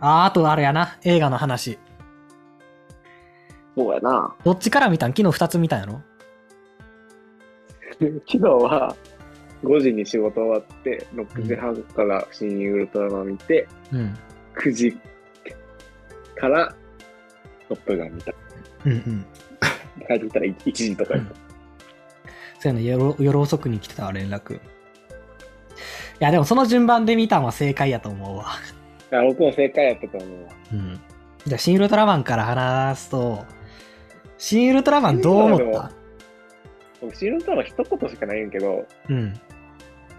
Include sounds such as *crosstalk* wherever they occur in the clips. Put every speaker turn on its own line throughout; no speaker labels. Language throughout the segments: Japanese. あ、あとあれやな。映画の話。
そうやな。
どっちから見たん昨日二つ見たんやろ
昨日は5時に仕事終わって、6時半から新ウルトラマン見て、
うん。
9時からトップガン見た。
うんうん。
帰ってきたら 1, 時とかやった
そうやね。夜夜遅くに来てたわ、連絡。いや、でもその順番で見たんは正解やと思うわ。
あ僕も正解やったと思うわ。
うん。じゃあ、シン・ウルトラマンから話すと、シン・ウルトラマンどう思
シンウル
っ
トラ
た
マ僕、新ウルトラマン一言しかないんやけど、
うん。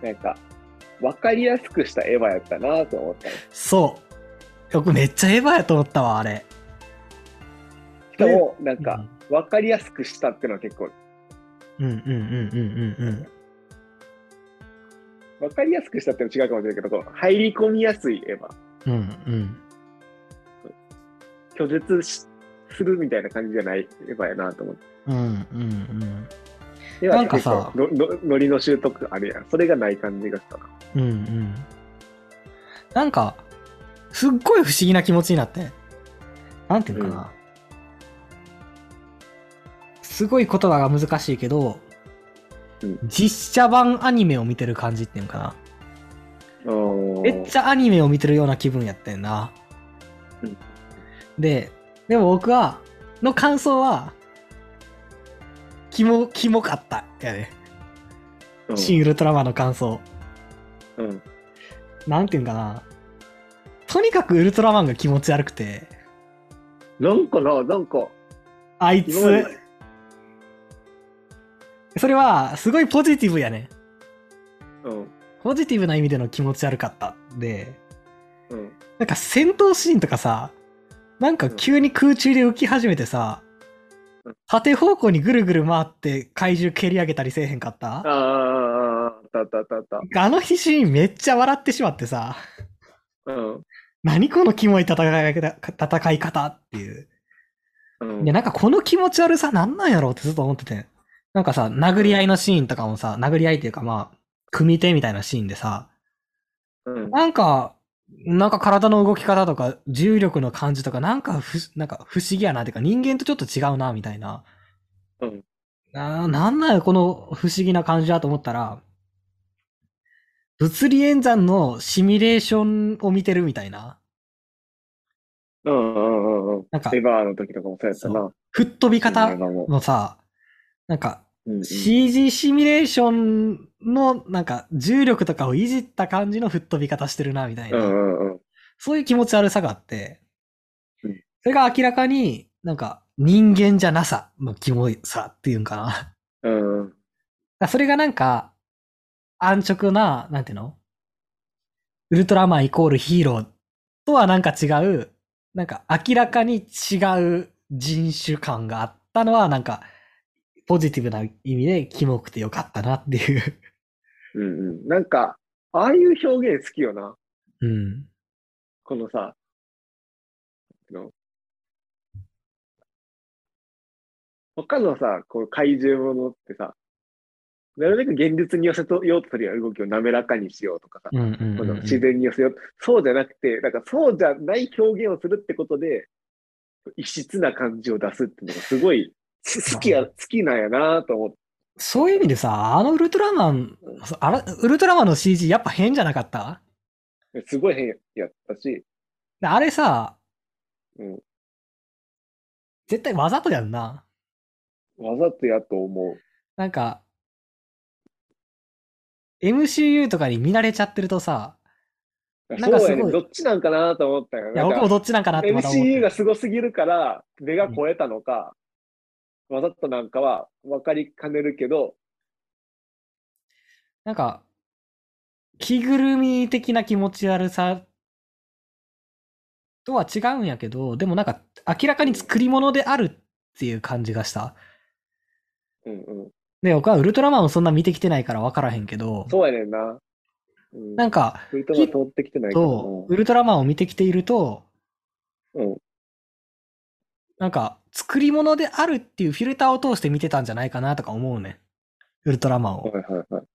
なんか、わかりやすくしたエヴァやったなと思ったの。
そう。僕めっちゃエヴァやと思ったわ、あれ。
しかも、なん
う
か
ん、
わかりやすくしたってのは結構、
うんうんうんうんうんうん。
わかりやすくしたっての違うかもしれないけど、こう入り込みやすいエヴァ。
うんうん。
拒絶しするみたいな感じじゃないエヴァやなと思って。
うんうん
エヴァ
なん
って
か
結構
さ
ののノリの習得あるやん。それがない感じがしたな。
うん。うんうん。なんか、すっごい不思議な気持ちになって。なんていうのかな。
うん
すごい言葉が難しいけど、
うん
実写版アニメを見てる感じっていうのかな。めっち
ゃ。
ゃアニメを見てるような気分やってんな。
うん
で、でも僕は、の感想は、キモ、キモかった。やね。
うん
シン・ウルトラマンの感想。
うん。
なんていうんかな。とにかくウルトラマンが気持ち悪くて、
なんかな、なんか、
あい
今まで
つ、それは、すごいポジティブやね。
うん。
ポジティブな意味での気持ち悪かった。で、
うん。
なんか戦闘シーンとかさ、なんか急に空中で浮き始めてさ
うん、
縦方向にぐるぐる回って怪獣蹴り上げたりせえへんかった
ああ、あったあったあったあっ
あの日シーンめっちゃ笑ってしまってさ、
た。うん。
何このキモい戦い方戦い方っていう。
うん。
いや、なんかこの気持ち悪さなんなんやろうってずっと思ってて。なんかさ、殴り合いのシーンとかもさ、殴り合いっていうかまあ、組手みたいなシーンでさ、
うん。
なんか、なんか体の動き方とか、重力の感じとか、なんかふ、なんか不思議やなっていうか、人間とちょっと違うな、みたいな。
うん
ななんなんや、この不思議な感じだと思ったら、物理演算のシミュレーションを見てるみたいな。
うんうんうんうん。
なんか
エヴァの時とかもそうやったな。
吹っ飛び
エヴ
方
ァも
のさ、なんか、
うんうん
CG シミュレーションのなんか重力とかをいじった感じの吹っ飛び方してるなみたいうな、
んうんうん。
そういう気持ち悪さがあって、
うん
それが明らかになんか人間じゃなさのキモさっていうんかなだか
うんうん。
ら。それがなんか安直な、なんていうのウルトラマンイコールヒーローとはなんか違う、なんか明らかに違う人種感があったのはなんかポジティブな意味でキモくてよかったなっていう。
うんうん。なんか、ああいう表現好きよな。
うん。
このさ、あの他のさ、こう怪獣ものってさ、なるべく現実に寄せとようとするような動きを滑らかにしようとかさ、
うんうん
こ
うんう
の
ん。
自然に寄せよう、そうじゃなくて、なんかそうじゃない表現をするってことで、異質な感じを出すっていうのがすごいす好きや、好きなんやなと思って。
そういう意味でさ、あのウルトラマン、あらウルトラマンの CG やっぱ変じゃなかった
すごい変やったし、
であれさ、
うん、
絶対わざとやんな。
わざとやと思
なんか、MCU とかに見慣れちゃってるとさ、
う。
なんかすごい
そうやねんどっちなんかなと思ったよ。
いや、
なんか
僕もどっちなんかなってまた思っ
MCU
て
がすごすぎるから、目が超えたのか、わざとなんかは分かりかねるけど、
なんか、着ぐるみ的な気持ち悪さとは違うんやけど、でもなんか、明らかに作り物であるっていう感じがした。
うんうん、
で、僕はウルトラマンをそんな見てきてないから分からへんけど、
そうやねんな。うん、
なんか、
ウルトラマン通ってきてないけ
と
ど、
ウルトラマンを見てきていると、
うん、
なんか、作り物であるっていうフィルターを通して見てたんじゃないかなとか思うね。ウルトラマン
は
を。
いはいはい。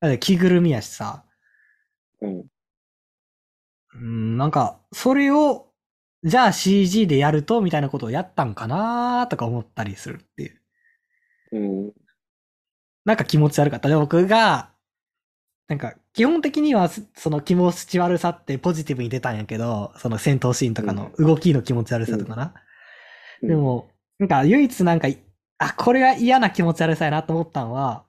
だって着ぐるみやしさ、
うん、
うん、なんか、それを、じゃあ CG でやると、みたいなことをやったんかなーとか思ったりするっていう。
うん。
なんか気持ち悪かった。で、僕が、なんか、基本的にはす、その気持ち悪さってポジティブに出たんやけど、その戦闘シーンとかの動きの気持ち悪さとかな。
うん
でも、なんか唯一なんか、あ、これが嫌な気持ち悪さやなと思ったんは、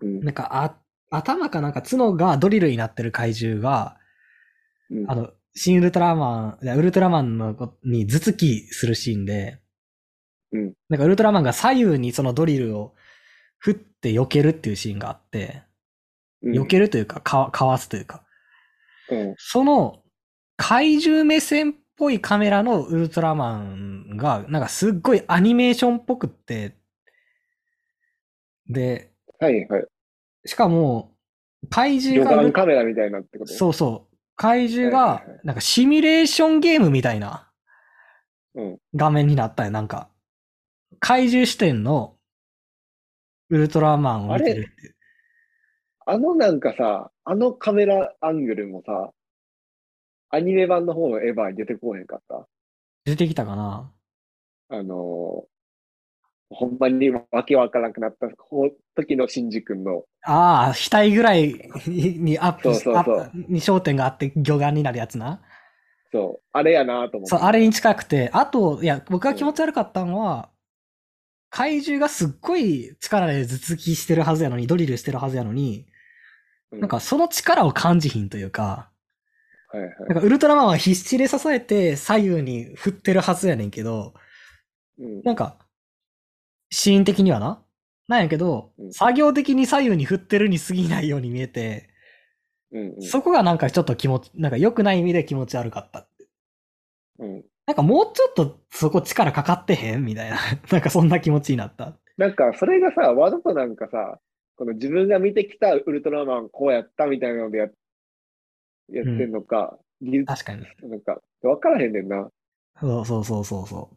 うん
なんか、あ、頭かなんか角がドリルになってる怪獣が、
うん
あの、新ウルトラマン、いやウルトラマンのこに頭突きするシーンで、
うん
なんかウルトラマンが左右にそのドリルを振って避けるっていうシーンがあって、避けるというか、か、かわすというか、
うん
その怪獣目線っぽいカメラのウルトラマンが、なんかすっごいアニメーションっぽくって、で、
はいはい。
しかも、怪
旅
獣がウ
館
ル、
カメラみたいなってこと
そうそう、怪獣が
はいはいは、
なんかシミュレーションゲームみたいな、
うん。
画面になったよ、なんか。怪獣視点のウルトラマンを見てるっていう。
あのなんかさ、あのカメラアングルもさ、アニメ版の方のエヴァに出てこへんかった。
出てきたかな
あのーほんまにわけわからなくなったこ時のシンジ君の、
ああ、額ぐらいにアップし
そうそうそう
アップに焦点があって魚眼になるやつな。
そう、あれやなと思って。
そう、あれに近くて、あと、いや、僕が気持ち悪かったのは、怪獣がすっごい力で頭突きしてるはずやのに、ドリルしてるはずやのに、
うん
なんかその力を感じひんというか、
はいはい。
なんかウルトラマンは必死で支えて左右に振ってるはずやねんけど、
うん
なんか、シーン的にはな。なんやけど、
うん
作業的に左右に振ってるに過ぎないように見えて、
うんうん
そこがなんかちょっと気持ち、なんか良くない意味で気持ち悪かった。
うん
なんかもうちょっとそこ力かかってへんみたいな。 *laughs* なんかそんな気持ちになった。
なんか、それがさ、わざとなんかさ、この自分が見てきたウルトラマンこうやったみたいなのでややってんのか、技術
確かに。
なんか、わからへんねんな。
そうそうそうそうそう。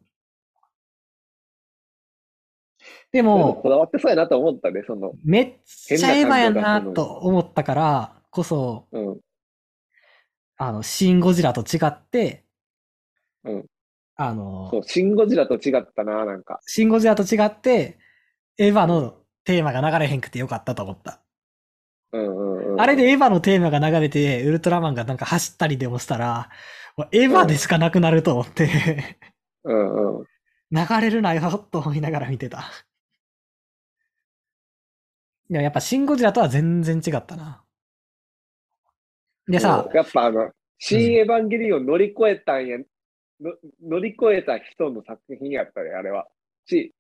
で
そういうのこ
も、
だわってそうやなと思ったね、その。
めっちゃエヴァや
変な
な
感情出すのに
と思ったからこそ、
うん。
あの、シン・ゴジラと違って、
うん
あの、
そう、シン・ゴジラと違ったな、なんか。
シン・ゴジラと違って、エヴァのテーマが流れへんくてよかったと思った。
うんうんうん。
あれでエヴァのテーマが流れて、ウルトラマンがなんか走ったりでもしたら、もうエヴァでしかなくなると思って、
うんうん。
流れるなよ、と思いながら見てた。いや、やっぱシン・ゴジラとは全然違ったな。でさ
そう、やっぱあの、新エヴァンゲリオン乗り越えたんや、の乗り越えた人の作品やったね、あれは。し、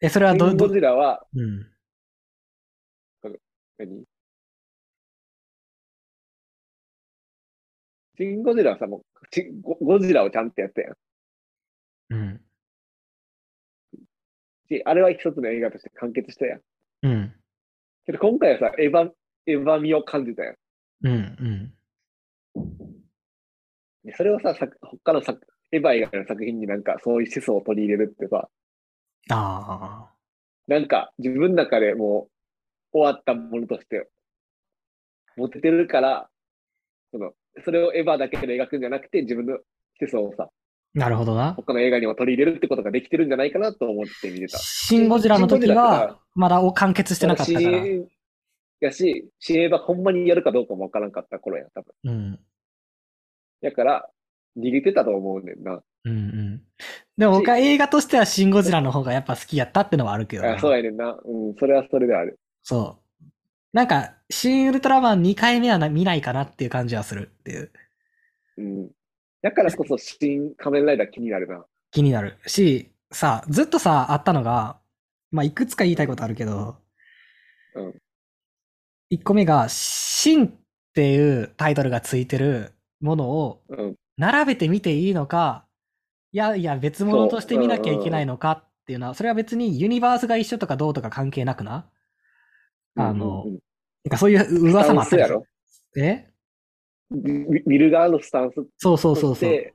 え、それ
シ
はど、
ン・
ど、
ゴ
うん
ジラは、。何シン・ゴジラはさ、もうシンゴ、ゴジラをちゃんとやったやん。
うん。
し、あれは一つの映画として完結したやん。
うん。
けど今回はさ、エヴァ、エヴァ味を感じたやん。
うん。うん。
でそれをさ、作他の作、エヴァ以外の作品になんかそういう思想を取り入れるってさ、
ああ。
なんか自分の中でもう終わったものとして持ててるから、その、それをエヴァだけで描くんじゃなくて自分の思想をさ、
なるほどな。
他の映画にも取り入れるってことができてるんじゃないかなと思って見てた。
シン・ゴジラの時
シンゴジラ
は
が、
まだお完結してなかったか
だ
ら。
しやし、新エヴァほんまにやるかどうかもわからんかった頃や、多分。
うん。
やから、逃げてたと思うねんな。
うんうん。でも僕は映画としてはシン・ゴジラの方がやっぱ好きやったってのはあるけど
あ
な。
そうやねんな。うん、それはそれである。
そう。なんか、シン・ウルトラマン2回目はな見ないかなっていう感じはするっていう。
うん。だからこそ、新仮面ライダー気になるな。
気になるし、さ、ずっとさ、あったのが、まあ、いくつか言いたいことあるけど、
うん
1個目が、シンっていうタイトルがついてるものを
うん。
並べてみていいのか、いやいや別物として見なきゃいけないのかっていうのは、それは別にユニバースが一緒とかどうとか関係なくな。あの
うんうんうん
なんかそういう噂もあっ
ス
た
タンス
り
や
する
ろ。
え
み見る側のスタンスと
そうそうそう
し
そう。
て、っ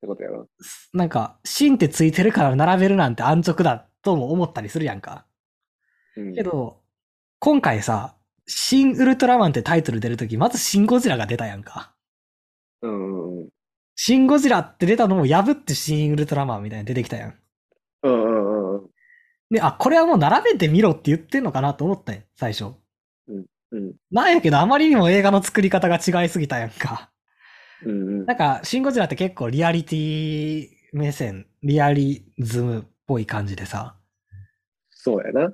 てことやろ。
なんか、芯ってついてるから並べるなんて安直だとも思ったりするやんか。
うん
けど、今回さ、シン・ウルトラマンってタイトル出るとき、まずシン・ゴジラが出たやんか。
うんうんうん。
シン・ゴジラって出たのも破ってシン・ウルトラマンみたいに出てきたやん。
うんうんうん
で、あ、これはもう並べてみろって言ってんのかなと思ったんよ最初。
うん。
なんやけど、あまりにも映画の作り方が違いすぎたやんか。
うんうん
なんか、シン・ゴジラって結構リアリティ目線、リアリズムっぽい感じでさ、
そうやな。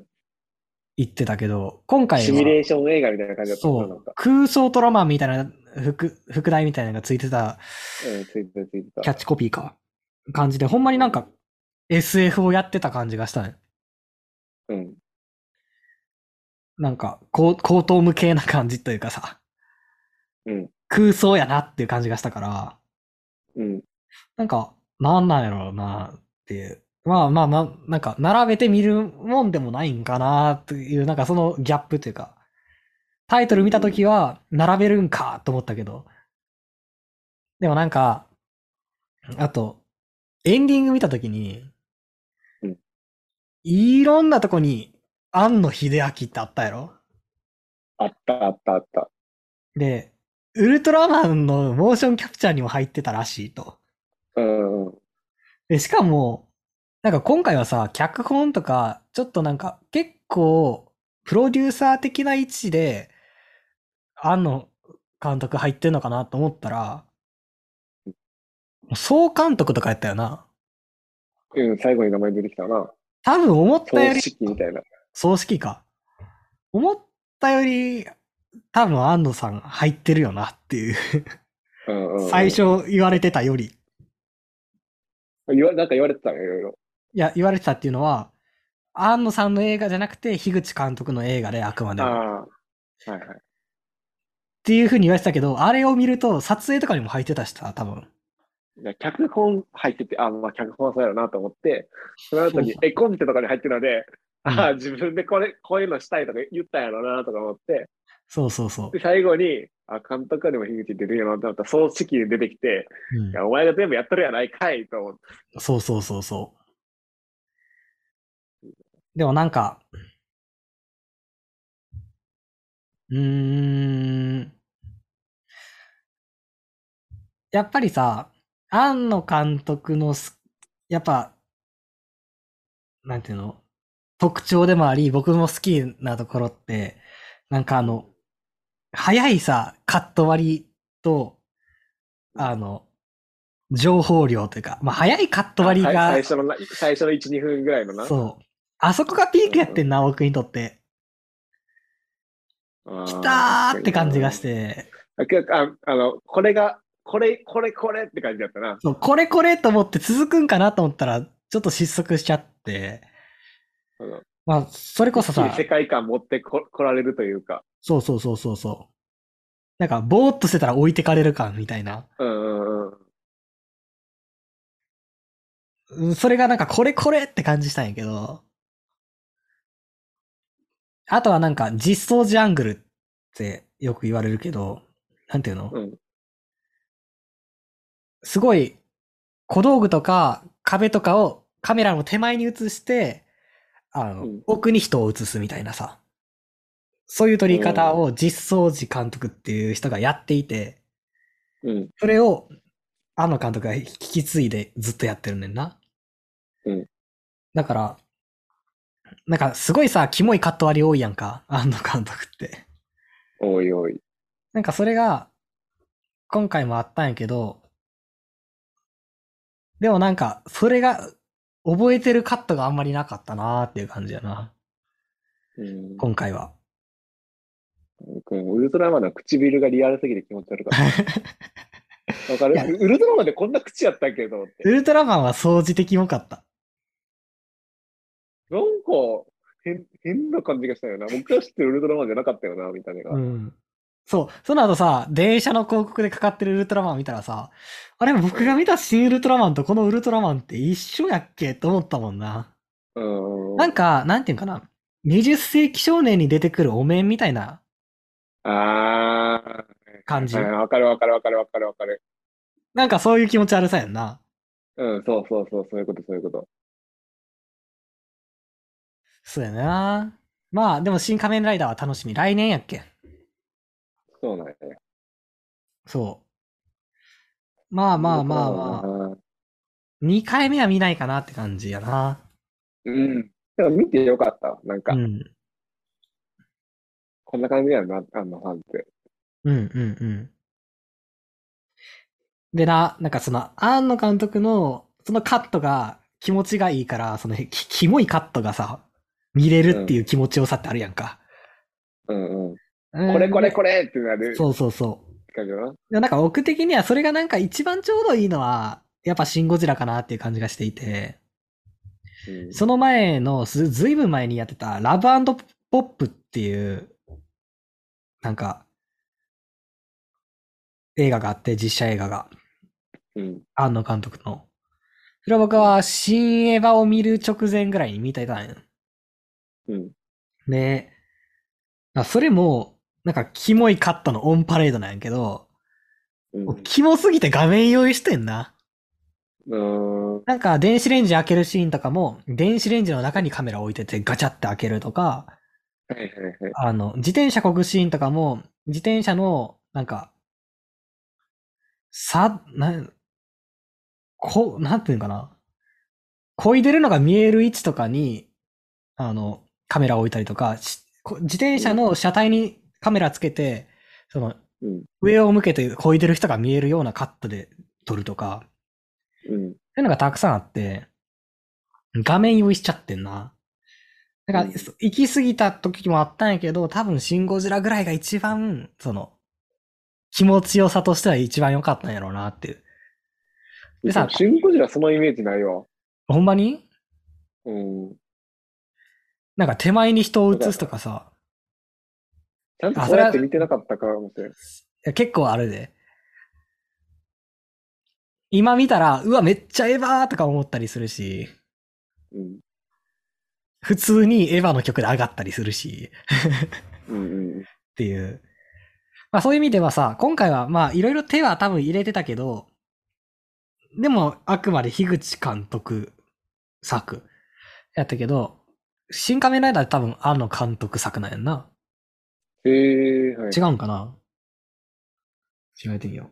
言ってたけど、今回は。
シミュレーション映画みたいな感じだったな
そ
なん
う
か。。
空想トラマンみたいな副、副題みたいなのがついてた
うん、ついてたついて
キャ
た
ッ。チコピーか。感じで、ほんまになんか SF をやってた感じがしたね。
うん。
なんか、こう高等無形な感じというかさ、
うん。
空想やなっていう感じがしたから、
うん。
なんか、なんなんやろうなっていう。まあまあまあ、なんか、並べてみるもんでもないんかなっていう、なんかそのギャップというか、タイトル見たときは、並べるんかと思ったけど、でもなんか、あと、エンディング見たときに
うん、
いろんなとこに、庵野秀明ってあったやろ
あったあったあった。
で、ウルトラマンのモーションキャプチャーにも入ってたらしいと。
うんうん。
で、しかも、なんか今回はさ、脚本とか、ちょっとなんか結構、プロデューサー的な位置で、庵野監督入ってんのかなと思ったら、総監督とかやったよな。
うん、最後に名前出てきたな。
多分思ったよ
葬
り、
式みたいな。
葬式か。思ったより、多分安野さん入ってるよなっていう、
うんうんう
*laughs*
ん。
最。初言われてたより。
言わなんか言われてたね、いろいろ。
いや、言われてたっていうのは、庵野さんの映画じゃなくて、樋口監督の映画で、あくまでも。っ
ああ。はいはい。
ていうふうに言われてたけど、あれを見ると、撮影とかにも入ってたしさ、多分。
いや脚本入ってて、あまあ脚本はそうやろうなと思って、その後に
そう
絵コンテとかに入ってるので、
うん
ああ、自分でこれ、こういうのしたいとか言ったんやろうなとか思って、
そうそうそう
で、。最後に、あ、監督でも樋口出てるよなと思ったら、葬式で出てきて、
うん
*laughs* いや、お前が全部やっとるやないかいと思って。
そうそうそうそう。でもなんか、うーん。やっぱりさ、庵野監督のす、やっぱ、なんていうの、特徴でもあり、僕も好きなところって、なんかあの、早いさ、カット割りと、あの、情報量というか、まあ、早いカット割りが
はい、最初のな、最初の1、2分ぐらいのな。
そう。あそこがピークやってんな、僕にとって。
あー
きたーって感じがし。て、
確かにああの、これが、これ、これ、これって感じだったな。
そうこれこれと思って続くんかなと思ったら、ちょっと失速しちゃって、
うん
まあ、それこそ
一気
さ
に世、界観持ってこ来られるというか。
そうそうそうそうそう。なんか、ぼーっとしてたら置いてかれる感みたいな。
うんうんうん。
うんそれがなんか、これこれって感じしたんやけど、あとはなんか、実装ジャングルってよく言われるけど、なんていうの、
うん
すごい小道具とか壁とかをカメラの手前に映して、あの、
うん
奥に人を映すみたいなさ。そういう撮り方を実相寺監督っていう人がやっていて、
うん。
それを、あの監督が引き継いでずっとやってるねんな。
うん
だから、なんかすごいさ、キモいカット割り多いやんか、あの監督って。
おいおい。
なんかそれが、今回もあったんやけど、でもなんか、それが、覚えてるカットがあんまりなかったなーっていう感じやな、
うん
今回は。
ウルトラマンの唇がリアルすぎて気持ち悪
*laughs*
かった。わかる
いや
ウルトラマンでこんな口やったっけと思って。
ウルトラマンは掃除的もかった。
なんか、変、変な感じがしたよな。僕が知ってるウルトラマンじゃなかったよな、みたいなの
う
が。
ん。そう。その後さ、電車の広告でかかってるウルトラマン見たらさ、あれ僕が見た新ウルトラマンとこのウルトラマンって一緒やっけと思ったもんな。
うん。
なんか、なんていうんかな。20世紀少年に出てくるお面みたいな
あ
感じ
ー。。わかるわかるわかるわかるわかる。
なんかそういう気持ち悪さやんな。
うん、そうそうそう、そういうこと、そういうこと。
そうやな。まあ、でも新仮面ライダーは楽しみ。来年やっけ
そうなんやね。
そう。まあまあまあま
あ。
あ、2回目は見ないかなって感じやな。
うん。だから見てよかった。なんか
う、ん。
こんな感じやな、あのファンって。
うんうんうん。でな、なんかその、アンの監督の、そのカットが気持ちがいいから、その、きキモいカットがさ、見れるっていう気持ちよさってあるやんか。
うんうん。
うん
これこれこれってなる
そうそうそう。
感じだな。
でもなんか僕的にはそれがなんか一番ちょうどいいのは、やっぱシン・ゴジラかなっていう感じがしていて、
うん
その前の、ずずいぶん前にやってた、ラブポップっていう、なんか、映画があって、実写映画が。
うん。
庵野監督の。それは僕は新エヴァを見る直前ぐらいに見たいたんや。
うん。
で、あそれも、なんかキモいカットのオンパレードなんやけど、
うん。
キモすぎて画面用意してんな。
うん。
なんか電子レンジ開けるシーンとかも、電子レンジの中にカメラ置いててガチャって開けるとか、
はいはいはい。
あの、自転車こぐシーンとかも、自転車の、なんか、さ、なん、こ、なんていうんかな。こいでるのが見える位置とかに、あの、カメラを置いたりとか、しこ自転車の車体にカメラつけて、その、
うん。
上を向けてこいでる人が見えるようなカットで撮るとか、
うん。
そういうのがたくさんあって、画面用意しちゃってんな。だから、
うん
行き過ぎた時もあったんやけど、多分シンゴジラぐらいが一番、その、気持ちよさとしては一番良かったんやろうなっていう。でさ
シン・ゴジラそのイメージないわ。
ほんまに
うん。
なんか手前に人を映すとかさ、
ちゃんと
あ
そ
そうれ
や
は
って見てなかったから思って。
いや結構あるで。今見たら、うわ、めっちゃエヴァーとか思ったりするし、
うん。
普通にエヴァの曲で上がったりするし。
うんうん。
っていう。まあそういう意味ではさ、今回はまあいろいろ手は多分入れてたけど、でもあくまで樋口監督作やったけど、新仮面ライダーって多分あの監督作なんやんな。
へえ、はい。
違うんかな調べてみよ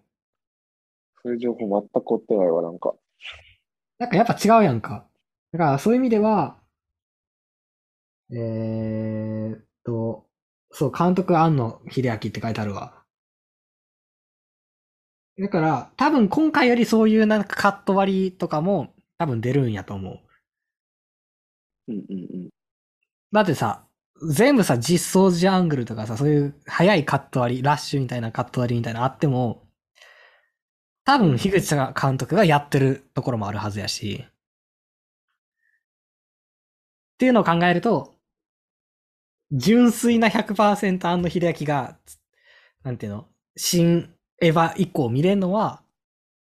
う。
そういう情報全く追ってないわ、なんか。
なんかやっぱ違うやんか。だからそういう意味では、えーっと、そう、監督庵野秀明って書いてあるわ。だから、多分今回よりそういうなんかカット割りとかも多分出るんやと思う。
うんうんうん。
だってさ、全部さ、実装時アングルとかさ、そういう早いカット割り、ラッシュみたいなカット割りみたいなのあっても、多分、樋口さん監督がやってるところもあるはずやし。っていうのを考えると、純粋な100%安野秀明が、なんていうの、新エヴァ以降見れるのは、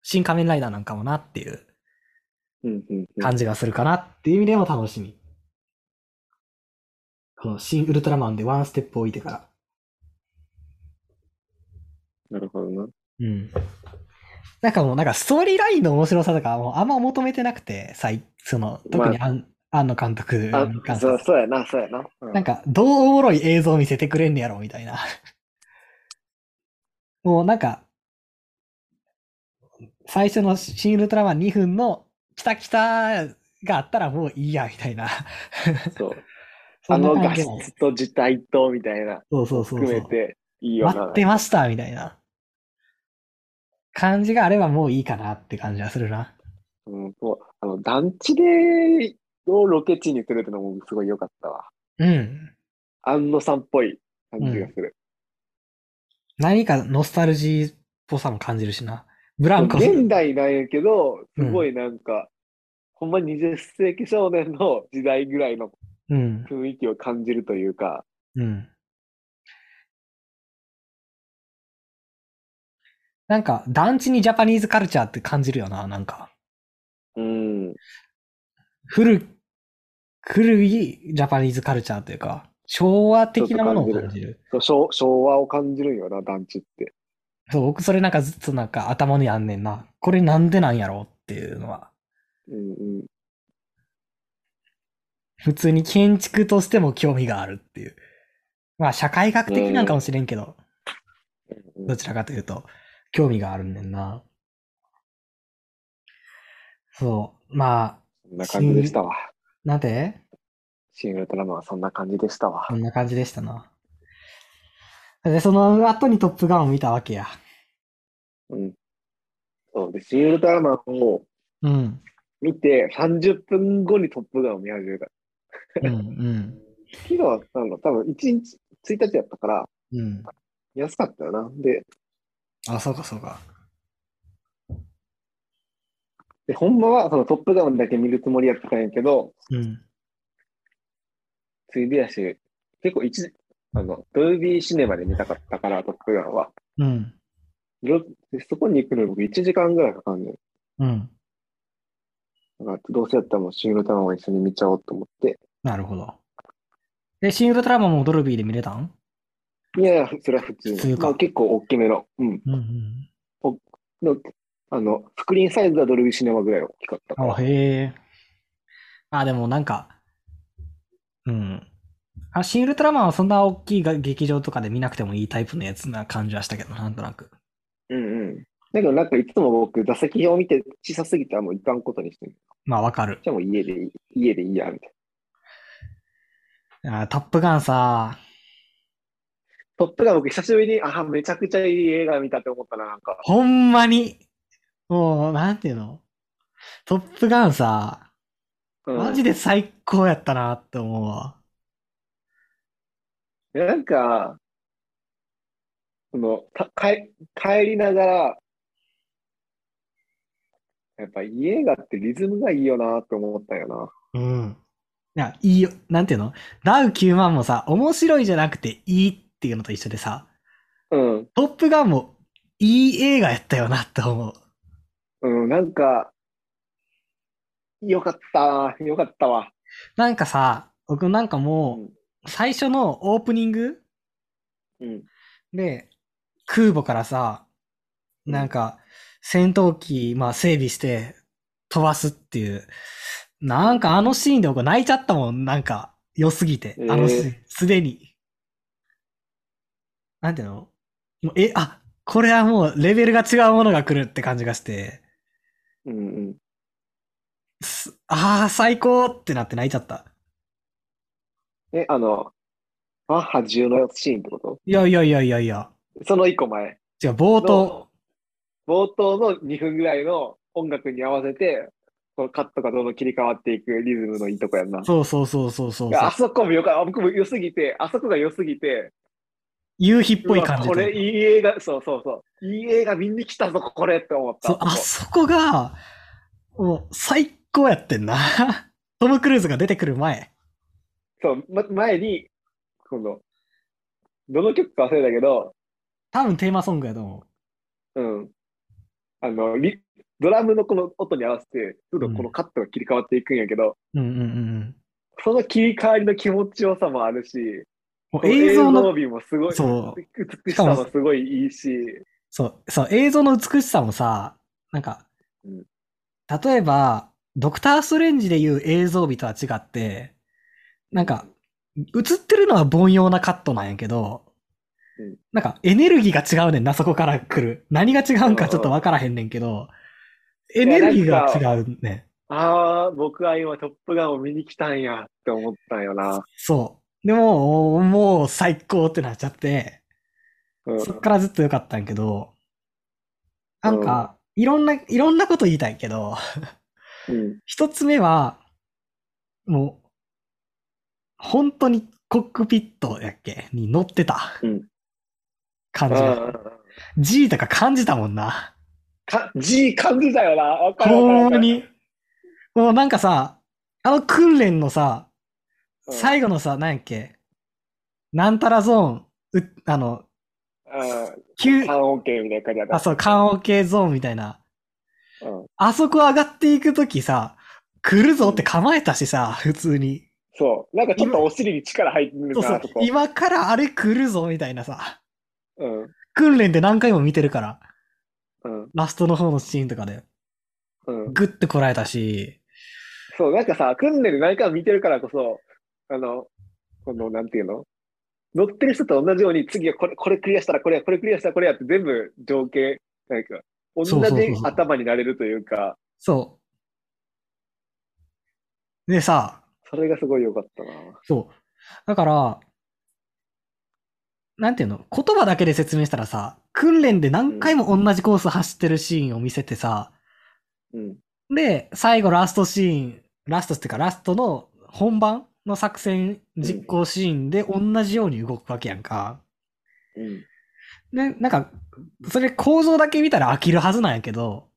新仮面ライダーなんかもなっていう
うんうんうん。
感じがするかなっていう意味でも楽しみ。この新ウルトラマンでワンステップ置いてから。
なるほどな。
うん。なんかもうなんかストーリーラインの面白さとかはもうあんま求めてなくて、最その特にアン、あ、の監督に関
あ、
して
そう
は、
そうやな、そうやな。うん
なんかどうおもろい映像を見せてくれんねやろみたいな。 *laughs* もうなんか、最初の新ウルトラマン2分のきたきたがあったらもういいやみたいな。
そう。
*laughs* そ
あ
んな
の
感
画
じなんです
質と字体とみたいな、
そうそうそう
含
そう。
めていいよ
待
な
っ。てましたみたいな感じがあればもういいかなって感じはするな。
うん、もう、あの、団地で、をロケ地にするってのもすごい良かったわ。
うん。
安野さんっぽい感じがする。
何かノスタルジーっぽさも感じるしな。ブランコ。
現代なんやけど、すごいなんか、ほんま20世紀少年の時代ぐらいの
うん。
雰囲気を感じるというか、
うん。なんか、団地にジャパニーズカルチャーって感じるよな、なんか。
うん、
古、古いジャパニーズカルチャーというか、昭和的なものを感じる。
そう昭昭和を感じるんよな、団地って。
そう、僕それなんかずっとなんか頭にあんねんな。これなんでなんやろうっていうのは。
うんうん、
普通に建築としても興味があるっていう。まあ社会学的なんかもしれんけど、
うん
どちらかというと、興味があるねんな。そう。まあ、
そんな感じでしたわ。
なんて
シン・ウルトラマンはそんな感じでしたわ
こ。んな感じでしたな。で、その後にトップガンを見たわけや。
うん。そうで、シン・ウルトラマンを
うん。
見て、30分後にトップガンを見始めた。
うん、うん。
昨日は、なんだろう、多分1日、1日やったから、
うん。
安かったよな。で、
あ、そうか、そうか。
でほんまは、そのトップガンだけ見るつもりやってたんやけど、
うん。
ついでやし、結構一時、あの、ドルビーシネマで見たかったから、トップガンは。
うん。
よでそこに行くのに僕1時間ぐらいかかんねん。
うん。
だからどうせやったらもうシングルタマンを一緒に見ちゃおうと思って。
なるほど。で、シン・ウルトラマンもドルビーで見れたん
いやいや、それは普通
普通
に。
か
まあ結構大きめの。うん。
うんうん。
のあの、スクリーンサイズはドルビーシネマぐらい大きかったから。
あ、へえ。あ、でもなんか、うん。あ、シン・ウルトラマンはそんな大きいが劇場とかで見なくてもいいタイプのやつな感じはしたけど、なんとなく。
うんうん。だけどなんかいつも僕、座席表を見て小さすぎたらもう行かんことにしてる。
まあわかる。
じゃあもう家でいい、家でいいや、みたいな。
あトップガンさ、
トップガン僕久しぶりに、ああ、めちゃくちゃいい映画見たって思ったな、なんか。
ほんまに、もう、なんていうのトップガンさ、
うん
マジで最高やったなって思うわ。
いやなんか、その、た帰帰りながら、やっぱ家がってリズムがいいよなって思ったよな。
うん。いや、いいよ。なんていうのダウ9万もさ、面白いじゃなくていいっていうのと一緒でさ、
うん、
トップガンもいい映画やったよなって思う。
うん、なんか、よかった、よかったわ。
なんかさ、僕なんか
う
も
ん
う、最初のオープニング
うん、
で、空母からさ、なんか、戦闘機、まあ整備して飛ばすっていう、なんかあのシーンで僕泣いちゃったもん、なんか、良すぎて
え。ー
あのシーン、すでに。なんていうのもうえ、あ、これはもうレベルが違うものが来るって感じがして、
うん、うん。
すああ、最高ってなって泣いちゃった。
え、あの、マッハ10のシーンってこと
いやいやいやいやいや。
その一個前。
違う、冒頭。
冒頭の2分ぐらいの音楽に合わせて、このカットがどんどん切り替わっていくリズムのいいとこやんな。
そうそうそうそうそう
い
そ
や
う
あ。そこもよかった。僕も良すぎて、あそこが良すぎて、
夕日っぽい感じ
うわこれ
で。
いい映画、そうそうそう。いい映画見に来たぞ、これって思った。
そうあそこが、もう最高やってんな。 *laughs* トム・クルーズが出てくる前。
そうま、前に、この、どの曲か忘れたけど、
多分テーマソングやと思
うん。あの、リドラムのこの音に合わせて、どんどんこのカットが切り替わっていくんやけど、
う。うんうんうん
その切り替わりの気持ちよさもあるし、
うん。もう映像の、
美もすごい、
そう
美しさもすごいいいし、
そう、そう、映像の美しさもさ、なんか、
うん
例えば、ドクター・ストレンジでいう映像美とは違って、なんか、映ってるのは凡庸なカットなんやけど、
うん
なんかエネルギーが違うねんな、そこから来る。何が違うんかちょっとわからへんねんけど、エネルギーが違うねん。
ああ、僕は今トップガンを見に来たんやって思ったんよな。
そう。でも、もう最高ってなっちゃって、
うん
そっからずっと良かったんやけど、なんか、いろんな、いろんなこと言いたいけど、
うん
一つ目は、もう、本当にコックピットやっけに乗ってた
うん
感じが。ジータが感じたもんな。
か G 感じたよな。わかる
ほん
わかるわか
ま
る
に。もうなんかさ、あの訓練のさ、
うん
最後のさ、なんやっけ、なんたらゾーン、うあの、
う
急
ん。、半音形みたいな感じだった。
あ、そう、関音系ゾーンみたいな。
うん。
あそこ上がっていくときさ、来るぞって構えたしさ、普通に。
そう。なんかちょっとお尻に力入ってる
そうそ
な、
う
あそこ。
今からあれ来るぞみたいなさ、
うん。
訓練で何回も見てるから、
うん。
ラストの方のシーンとかで、
うん。
グッてこらえたし、
そう、なんかさ、訓練で何回も見てるからこそ、あの、この、なんていうの乗ってる人と同じように、次はこれ、これクリアしたらこれや、これクリアしたらこれやって全部情景、なんか、同
そうそうそう
じ
そう
頭になれるというか、
そでさ、
それがすごい良かったな。
そう。だから、なんていうの、言葉だけで説明したらさ、訓練で何回も同じコース走ってるシーンを見せてさ、
うん。
で、最後ラストシーン、ラストっていうかラストの本番の作戦実行シーンで同じように動くわけやんか。
うん。
で、なんか、それ構造だけ見たら飽きるはずなんやけど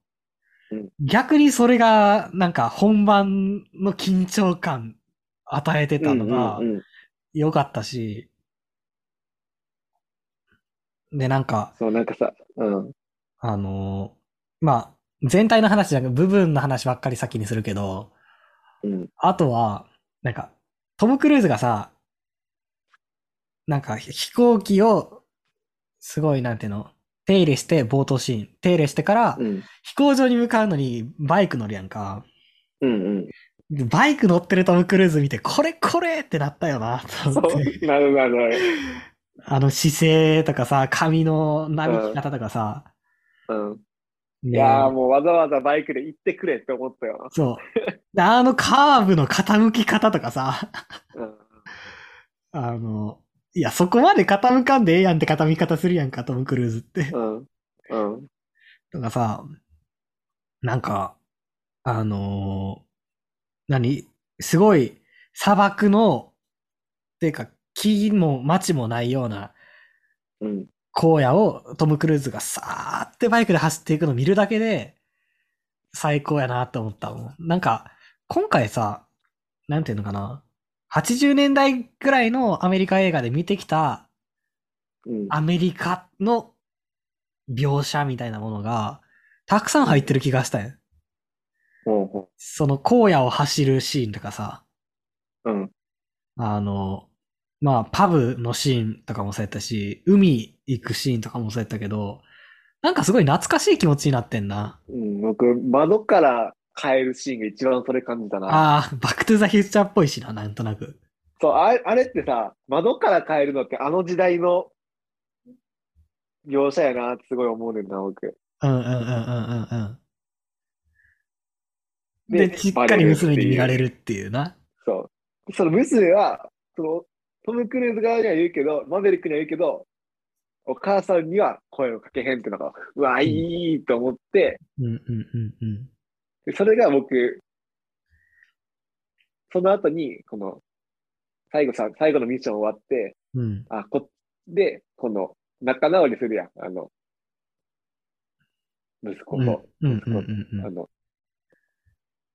うん、
逆にそれが、なんか本番の緊張感与えてたのが
うん、うんうん
良かったし、で、なんか、
そう、なんかさ、うん。
あのーまあ、全体の話じゃなく部分の話ばっかり先にするけど、
うん。
あとは、なんか、トム・クルーズがさ、なんか飛行機を、すごい、なんていうの、手入れして冒頭シーン、手入れしてから
う、ん。
飛行場に向かうのにバイク乗るやんか。
う
*laughs*
んうん。
でバイク乗ってるトム・クルーズ見て、これこれってなったよな、と
そ
思って。
う、なるなるなる。
あの姿勢とかさ、髪のなびき方とかさ、
うん。い
ね
やーもうわざわざバイクで行ってくれって思ったよ
そう。であのカーブの傾き方とかさ、
な。うん。
あの、いや、そこまで傾かんでええやんって傾き方するやんか、トム・クルーズって。
うん。うん。
とかさ、なんか、あのー何すごい、砂漠の、ていうか、木も町もないような
うん。
荒野をトム・クルーズがさーってバイクで走っていくのを見るだけで、最高やなと思ったもん。なんか、今回さ、なんていうのかな。80年代ぐらいのアメリカ映画で見てきた
うん。
アメリカの描写みたいなものが、たくさん入ってる気がしたよ。
うん
その荒野を走るシーンとかさ、
うん。
あの、まあ、パブのシーンとかもそうやったし、海行くシーンとかもそうやったけど、なんかすごい懐かしい気持ちになってんな。
うん。僕、窓から変えるシーンが一番それ感じたな。
ああ、バックトゥザフューチャーっぽいしな、なんとなく。
そう、あれあれってさ、窓から変えるのってあの時代の描写やなってすごい思うねんな、僕。
うんうんうんうんうんうん。
で
で、しっかり娘に見られるっていうな。
そう。その娘は、その、トム・クルーズ側には言うけど、マーベリックには言うけど、お母さんには声をかけへんっていうのが、うわ、いいと思って、
うんうんうんうん。
でそれが僕、その後に、この、最後さ、最後のミッション終わって、
うん。
あ、こ、で、この、仲直りするやん、あの、息子
うん
と、
うんうんうん
あ
うん
の、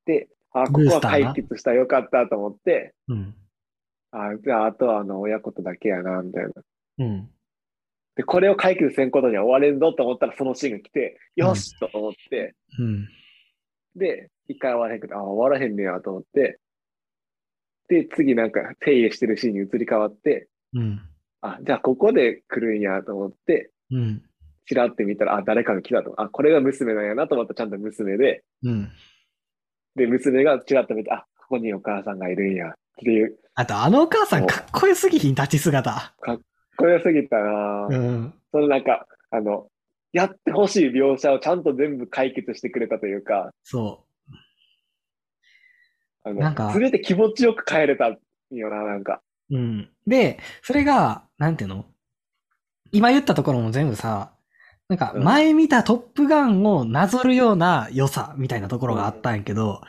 で、あ、ここ
ブース
は
ターな
解決したよかったと思って、
うん。
あ、じゃあ、あとはあの、親子とだけやな、みたいな。
うん。
で、これを解決せんことには終われんぞと思ったら、そのシーンが来て、よしと思って、
うん。
で、一回終わらへんくて、あ、終わらへんねやと思って、で、次なんか手入れしてるシーンに移り変わって、
うん。
あ、じゃあここで来るんやと思って、
うん。
ちらって見たら、あ、誰かが来たと。あ、これが娘なんやなと思ったらちゃんと娘で、
うん。
で、娘がちらっと見て、あ、ここにお母さんがいるんやっていう、
あと、あのお母さんかっこよすぎひん、立ち姿。
これは過ぎたなぁ
うん。
そのなんか、あの、やってほしい描写をちゃんと全部解決してくれたというか、
そ
あ
なんか
の、すべて気持ちよく帰れたんよな、なんか。
う。うん。で、それが、なんていうの今言ったところも全部さ、なんか
うん
前見たトップガンをなぞるような良さみたいなところがあったんやけど、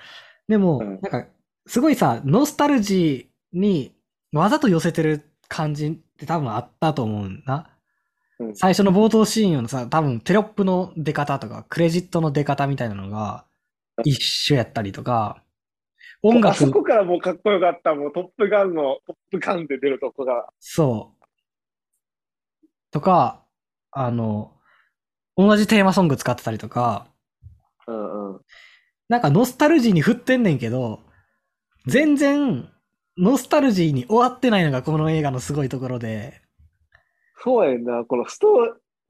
でも、
うん
なんかすごいさ、ノスタルジーにわざと寄せてる感じって多分あったと思うんだ。
うん
最初の冒頭シーンのさ、多分テロップの出方とか、クレジットの出方みたいなのが一緒やったりとか、音
あそ
楽
こからもうかっこよかった、もうトップガンの、トップガンで出るとこが。
そう。とか、あの、同じテーマソング使ってたりとか、
うんうん。
なんかノスタルジーに振ってんねんけど、全然、ノスタルジーに終わってないのがこの映画のすごいところで、
そうやんな、このスト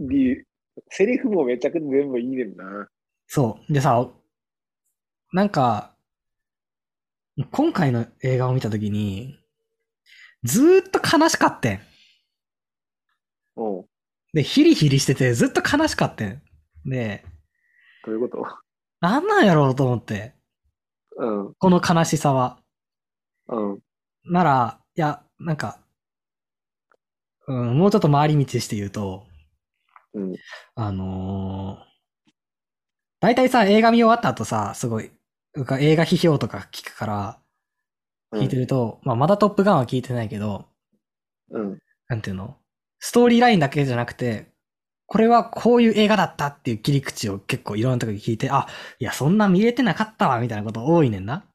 ーリー、セリフもめちゃくちゃ全部いいねんな。
そう。でさ、なんか、今回の映画を見たときに、ずーっと悲しかってん。
うん。
で、ヒリヒリしてて、ずっと悲しかってん。で、
どういうこと
なんなんやろうと思って、
うん。
この悲しさは。
うん。
なら、いや、なんか、うん、もうちょっと回り道して言うと、
うん。
あのー、大体さ、映画見終わった後さ、すごい、なんか映画批評とか聞くから、
うん
聞いてると、まあ、まだトップガンは聞いてないけど、
うん。
なんていうのストーリーラインだけじゃなくて、これはこういう映画だったっていう切り口を結構いろんなとこで聞いて、あ、いや、そんな見れてなかったわ、みたいなこと多いねんな。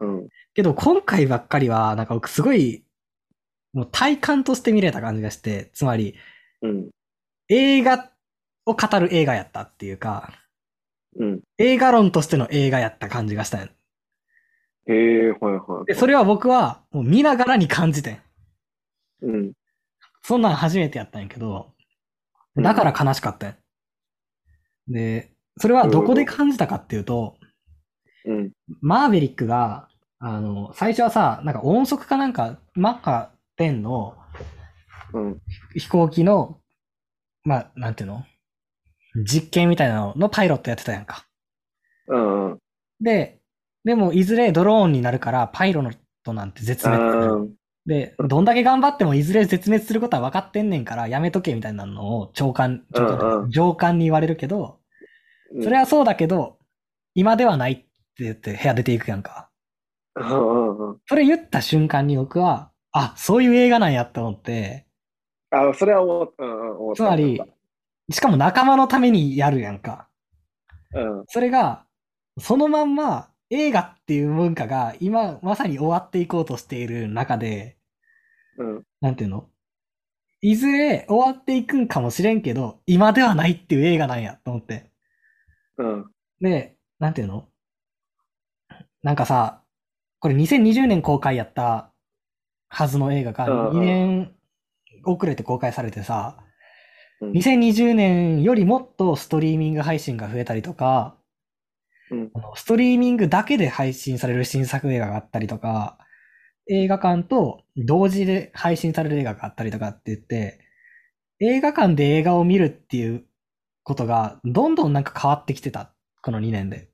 うん。
けど今回ばっかりは、なんか僕すごい、もう体感として見れた感じがして、つまり
うん。
映画を語る映画やったっていうか、
うん。
映画論としての映画やった感じがしたんや
へえ、はいは
で、それは僕はもう見ながらに感じてん。
い。うん。
そんなん初めてやったんやけど、だから悲しかったんやで、それはどこで感じたかっていうと、
うん。
マーヴェリックが、あの、最初はさ、なんか音速かなんか、マッハ10の
うん。
飛行機の、まあ、なんていうの実験みたいなののパイロットやってたやんか。
うん。うん。
で、でもいずれドローンになるから、パイロットなんて絶滅する。で、どんだけ頑張ってもいずれ絶滅することは分かってんねんから、やめとけみたいなのを長官、長
うんう
官、
ん
上官に言われるけど、それはそうだけど、今ではないって言って部屋出ていくやんか。
うんうんうん。
それ言った瞬間に僕は、あ、そういう映画なんやって思って、
あ、それは思った。うんうん思っ
つ
た
まり、しかも仲間のためにやるやんか。
うん。
それが、そのまんま映画っていう文化が今まさに終わっていこうとしている中で、
うん。
なんていうのいずれ終わっていくんかもしれんけど、今ではないっていう映画なんやと思って。
うん。
で、なんていうのなんかさ、これ2020年公開やったはずの映画が
うんう
2
ん
年遅れて公開されてさ、
うん
2020年よりもっとストリーミング配信が増えたりとか、
うん
あのストリーミングだけで配信される新作映画があったりとか、映画館と同時で配信される映画があったりとかって言って、映画館で映画を見るっていうことがどんどんなんか変わってきてた、この2年で。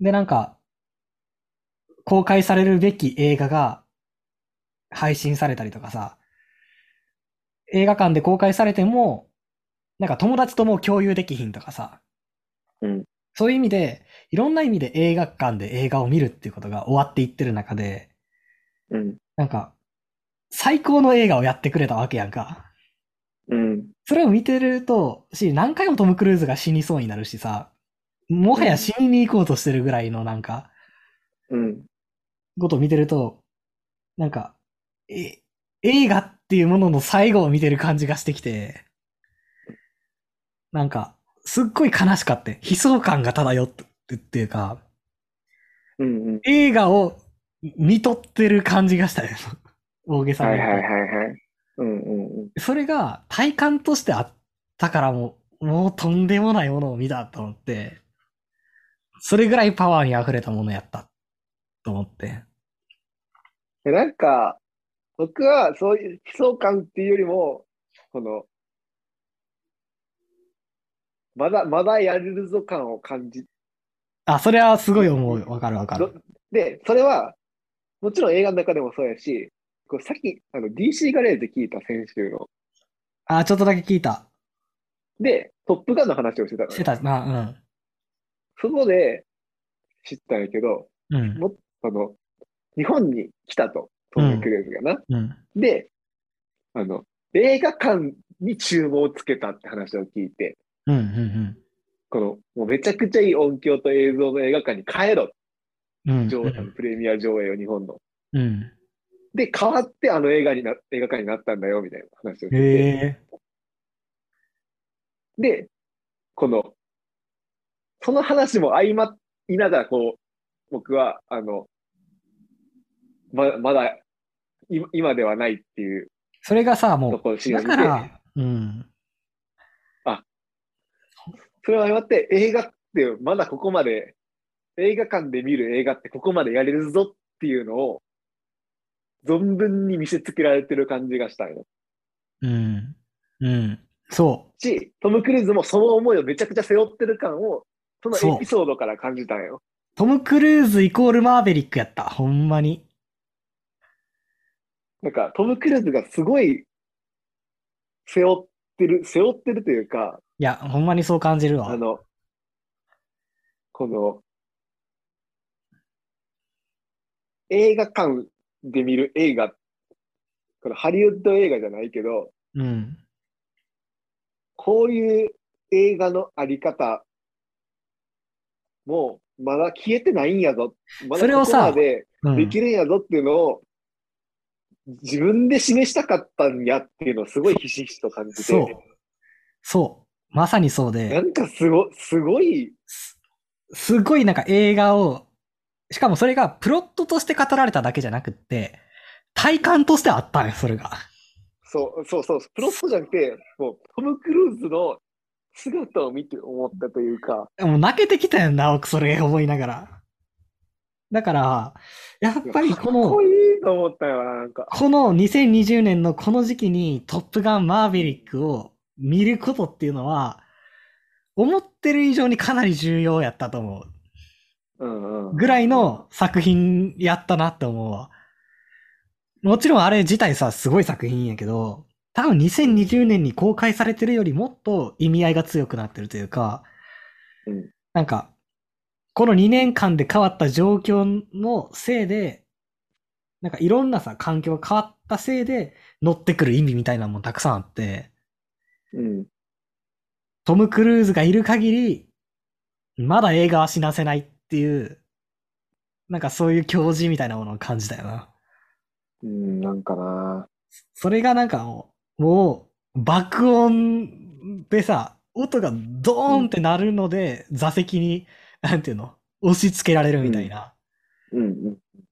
で、なんか、公開されるべき映画が配信されたりとかさ、映画館で公開されても、なんか友達ともう共有できひんとかさ、
うん
そういう意味で、いろんな意味で映画館で映画を見るっていうことが終わっていってる中で、
うん。
なんか、最高の映画をやってくれたわけやんか。
うん。
それを見てると、し、何回もトム・クルーズが死にそうになるしさ、もはや死にに行こうとしてるぐらいのなんか、
うん。
ことを見てると、なんか、え、映画っていうものの最後を見てる感じがしてきて、なんか、すっごい悲しかった。悲壮感が漂ってっていうか、
うん。うん。
映画を見とってる感じがしたよ。大げさ
は
に
い
言
は
う
い
と
はいはい。うんうんうん。
それが体感としてあったからもう、もうとんでもないものを見たと思って、それぐらいパワーに溢れたものやったと思って。
でなんか、僕はそういう悲壮感っていうよりも、この、まだ、まだやれるぞ感を感じ
あ、それはすごい思う。わかるわかる。
で、それは、もちろん映画の中でもそうやし、こうさっきあの DC ガレージ聞いた先週の、
あ、ちょっとだけ聞いた。
で、トップガンの話をしてたの
して
よ。
たな、
そこで知ったんやけど、
うん。うん。
もっとの、日本に来たと、トム・クルーズがな。
うん。
で、あの、映画館に注文をつけたって話を聞いて、
うん。うん。
この、もうめちゃくちゃいい音響と映像の映画館に帰ろ、
うん。うん。
上プレミア上映を日本の。
うん。
で、変わってあの映画にな、映画館になったんだよ、みたいな話を聞い
へ
て。
え。
で、この、その話も相まいながら、こう、僕は、あの、ままだ、い今ではないっていう
それがさ、
と
も
ころを
う、
信
だ
じて
か、ら、うん。
それを相まって、映画ってまだここまで、映画館で見る映画ってここまでやれるぞっていうのを、存分に見せつけられてる感じがしたの。
うん。うん。そ
し、トム・クルーズもその思いをめちゃくちゃ背負ってる感を、その
そう
エピソードから感じたんよ。
トム・クルーズイコールマーベリックやった。ほんまに。
なんか、トム・クルーズがすごい、背負ってる、背負ってるというか、
いや、ほんまにそう感じるわ
あ。の、この、映画館で見る映画、このハリウッド映画じゃないけど、
うん。
こういう映画のあり方もうまだ消えてないんやぞ。ま
それ
だ
を
ここ
さ
まで
うん
できるんやぞっていうのを、自分で示したかったんやっていうのをすごいひしひしと感じ
そう
て、。
そう。まさにそうで。
なんかすご、すごい、
すすごいなんか映画を、しかもそれがプロットとして語られただけじゃなくって、体感としてあったんよ、それが。
そう、そうそう、プロットじゃなくて、もうトム・クルーズの姿を見て思ったというか、
もう泣けてきたよな、僕それ思いながら。だから、やっぱりこ
かっ
の
こ、いいと思ったよな、なんか。
この2020年のこの時期にトップガンマーヴェリックを見ることっていうのは、思ってる以上にかなり重要やったと思う。
うんうん。
ぐらいの作品やったなって思うわ。もちろんあれ自体さ、すごい作品やけど、多分2020年に公開されてるよりもっと意味合いが強くなってるというか、
うん
なんか、この2年間で変わった状況のせいで、なんかいろんなさ、環境が変わったせいで乗ってくる意味みたいなのもたくさんあって、
うん。
トム・クルーズがいる限り、まだ映画は死なせないっていう、なんかそういう教示みたいなものを感じたよな。
うん、なんかな。
それがなんかもう、もう爆音でさ、音がドーンって鳴るので、座席に、なんていうの、押し付けられるみたいな。
うん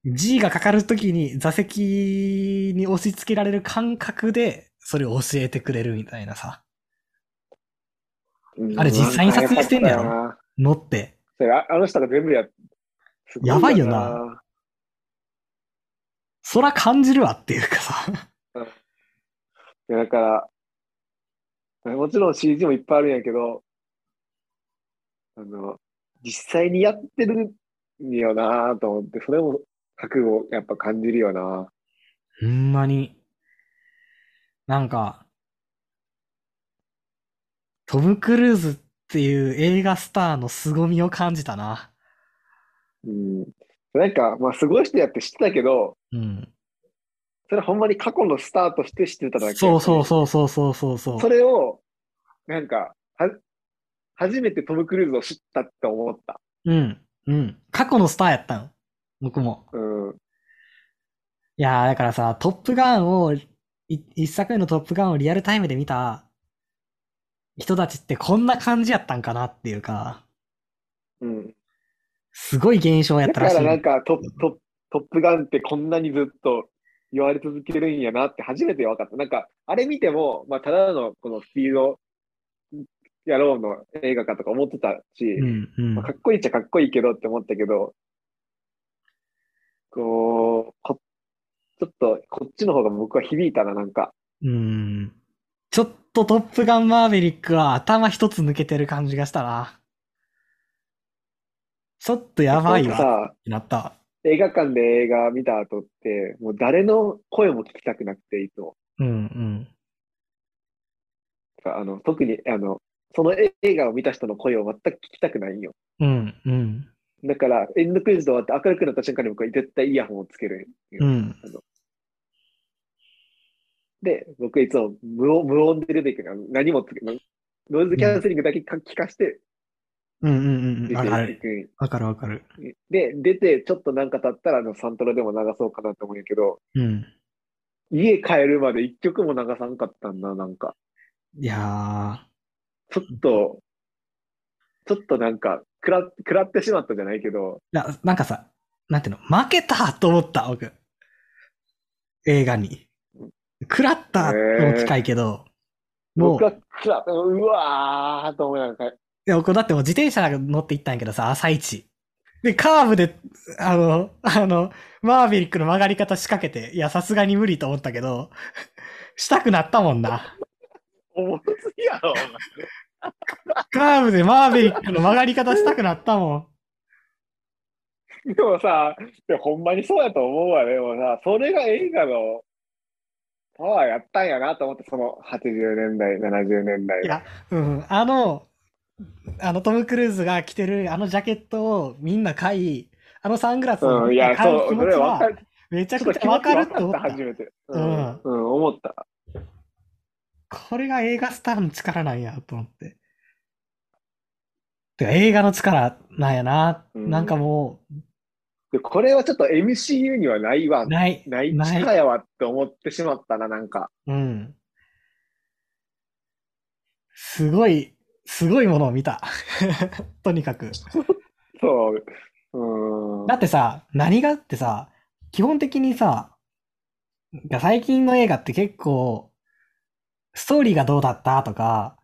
うん。
G がかかるときに座席に押し付けられる感覚で、それを教えてくれるみたいなさ、
うん
あれ実際に撮影してんだよ
なんかやばかったよな
乗って。
それああの人が全部やっすご
やばいよなそら感じるわっていうかさ。
いやだからもちろん CG もいっぱいあるんやけどあの実際にやってるんよなと思ってそれも覚悟やっぱ感じるよな
ほんまに。なんか、トム・クルーズっていう映画スターの凄みを感じたな。
うんなんかまあすごい人やって知ってたけど
うん。
それほんまに過去のスターとして知ってただけ
そうそうそうそうそうそう
う
そう。
それをなんかは初めてトム・クルーズを知ったって思った
うん。うん。過去のスターやったん。僕も。
うん
いやー、だからさ、トップガンを、い一作目のトップガンをリアルタイムで見た人たちってこんな感じやったんかなっていうか、
うん
すごい現象やっ
だ
た
から
しい。
らなんかトップ、トップ、トップガンってこんなにずっと言われ続けるんやなって初めて分かった。なんか、あれ見ても、まあ、ただのこのスピードやろうの映画かとか思ってたし、
うんうん
まあ、。かっこいいっちゃかっこいいけどって思ったけど、こう、こちょっとこっちの方が僕は響いたな、なんか。
うーんちょっとトップガンマーヴェリックは頭一つ抜けてる感じがしたな。ちょっとやばい
なん
わ
か
っ
さ、
てなった。
映画館で映画見た後って、もう誰の声も聞きたくなくて、いつも。
うんうん。
あの特にあのその映画を見た人の声を全く聞きたくないんよ。
うんうん。
だから、エンドクイズ終わって明るくなった瞬間に僕は絶対イヤホンをつけるんよ。
うん。
で、僕はいつも無音無音で出ていくの。あの何もつけノノイズキャンセリングだけか聞かして
うんうんうん。
出
わか
てい
る。
くんよ
わかるわかる。
で、出てちょっとなんか経ったらあのサントラでも流そうかなと思うんやけど、
うん。
家帰るまで一曲も流さんかったんだ、なんか。
いや
ちょっと、ちょっとなんか、くら、くらってしまったじゃないけど、
ーな、なんかさ、なんていうの、負けたと思った、僕。映画に。食らったとも近いけど、もう
僕、はくら、うわーと思いながら帰
いや、こうだってもう自転車乗って行ったんやけどさ、朝一。で、カーブで、あの、あの、マーヴェリックの曲がり方仕掛けて、いや、さすがに無理と思ったけど、したくなったもんな。
おもろすぎやろ、お前
カーブでマーヴェリックの曲がり方したくなったもん。
でもさ、でもほんまにそうやと思うわね。でもさ、それが映画のパワーやったんやなと思って、その80年代、70年代
いやうん、あの、あのトム・クルーズが着てるあのジャケットをみんな買い、あのサングラスを
うん、い
みんな
や、
買う気
そう、そ
持
れ
ち
わ
は
かる。
めちゃ
ちょ
く
っと
ちゃ
気持
わ
ちわ
かるって思ったた
かっ、初。めて。
う
う
ん
ん、うん、思った。
これが映画スターの力なんやと思って。てか映画の力なんやな。
うん
なんかも
で、これはちょっと MCU にはないわ
う、。ない、
ない
ない
力やわって思ってしまったな、なんか。
うん。すごい、すごいものを見た。 *laughs* とにかく。
そう。うん。
だってさ、何がってさ、基本的にさ、最近の映画って結構、ストーリーがどうだったとか、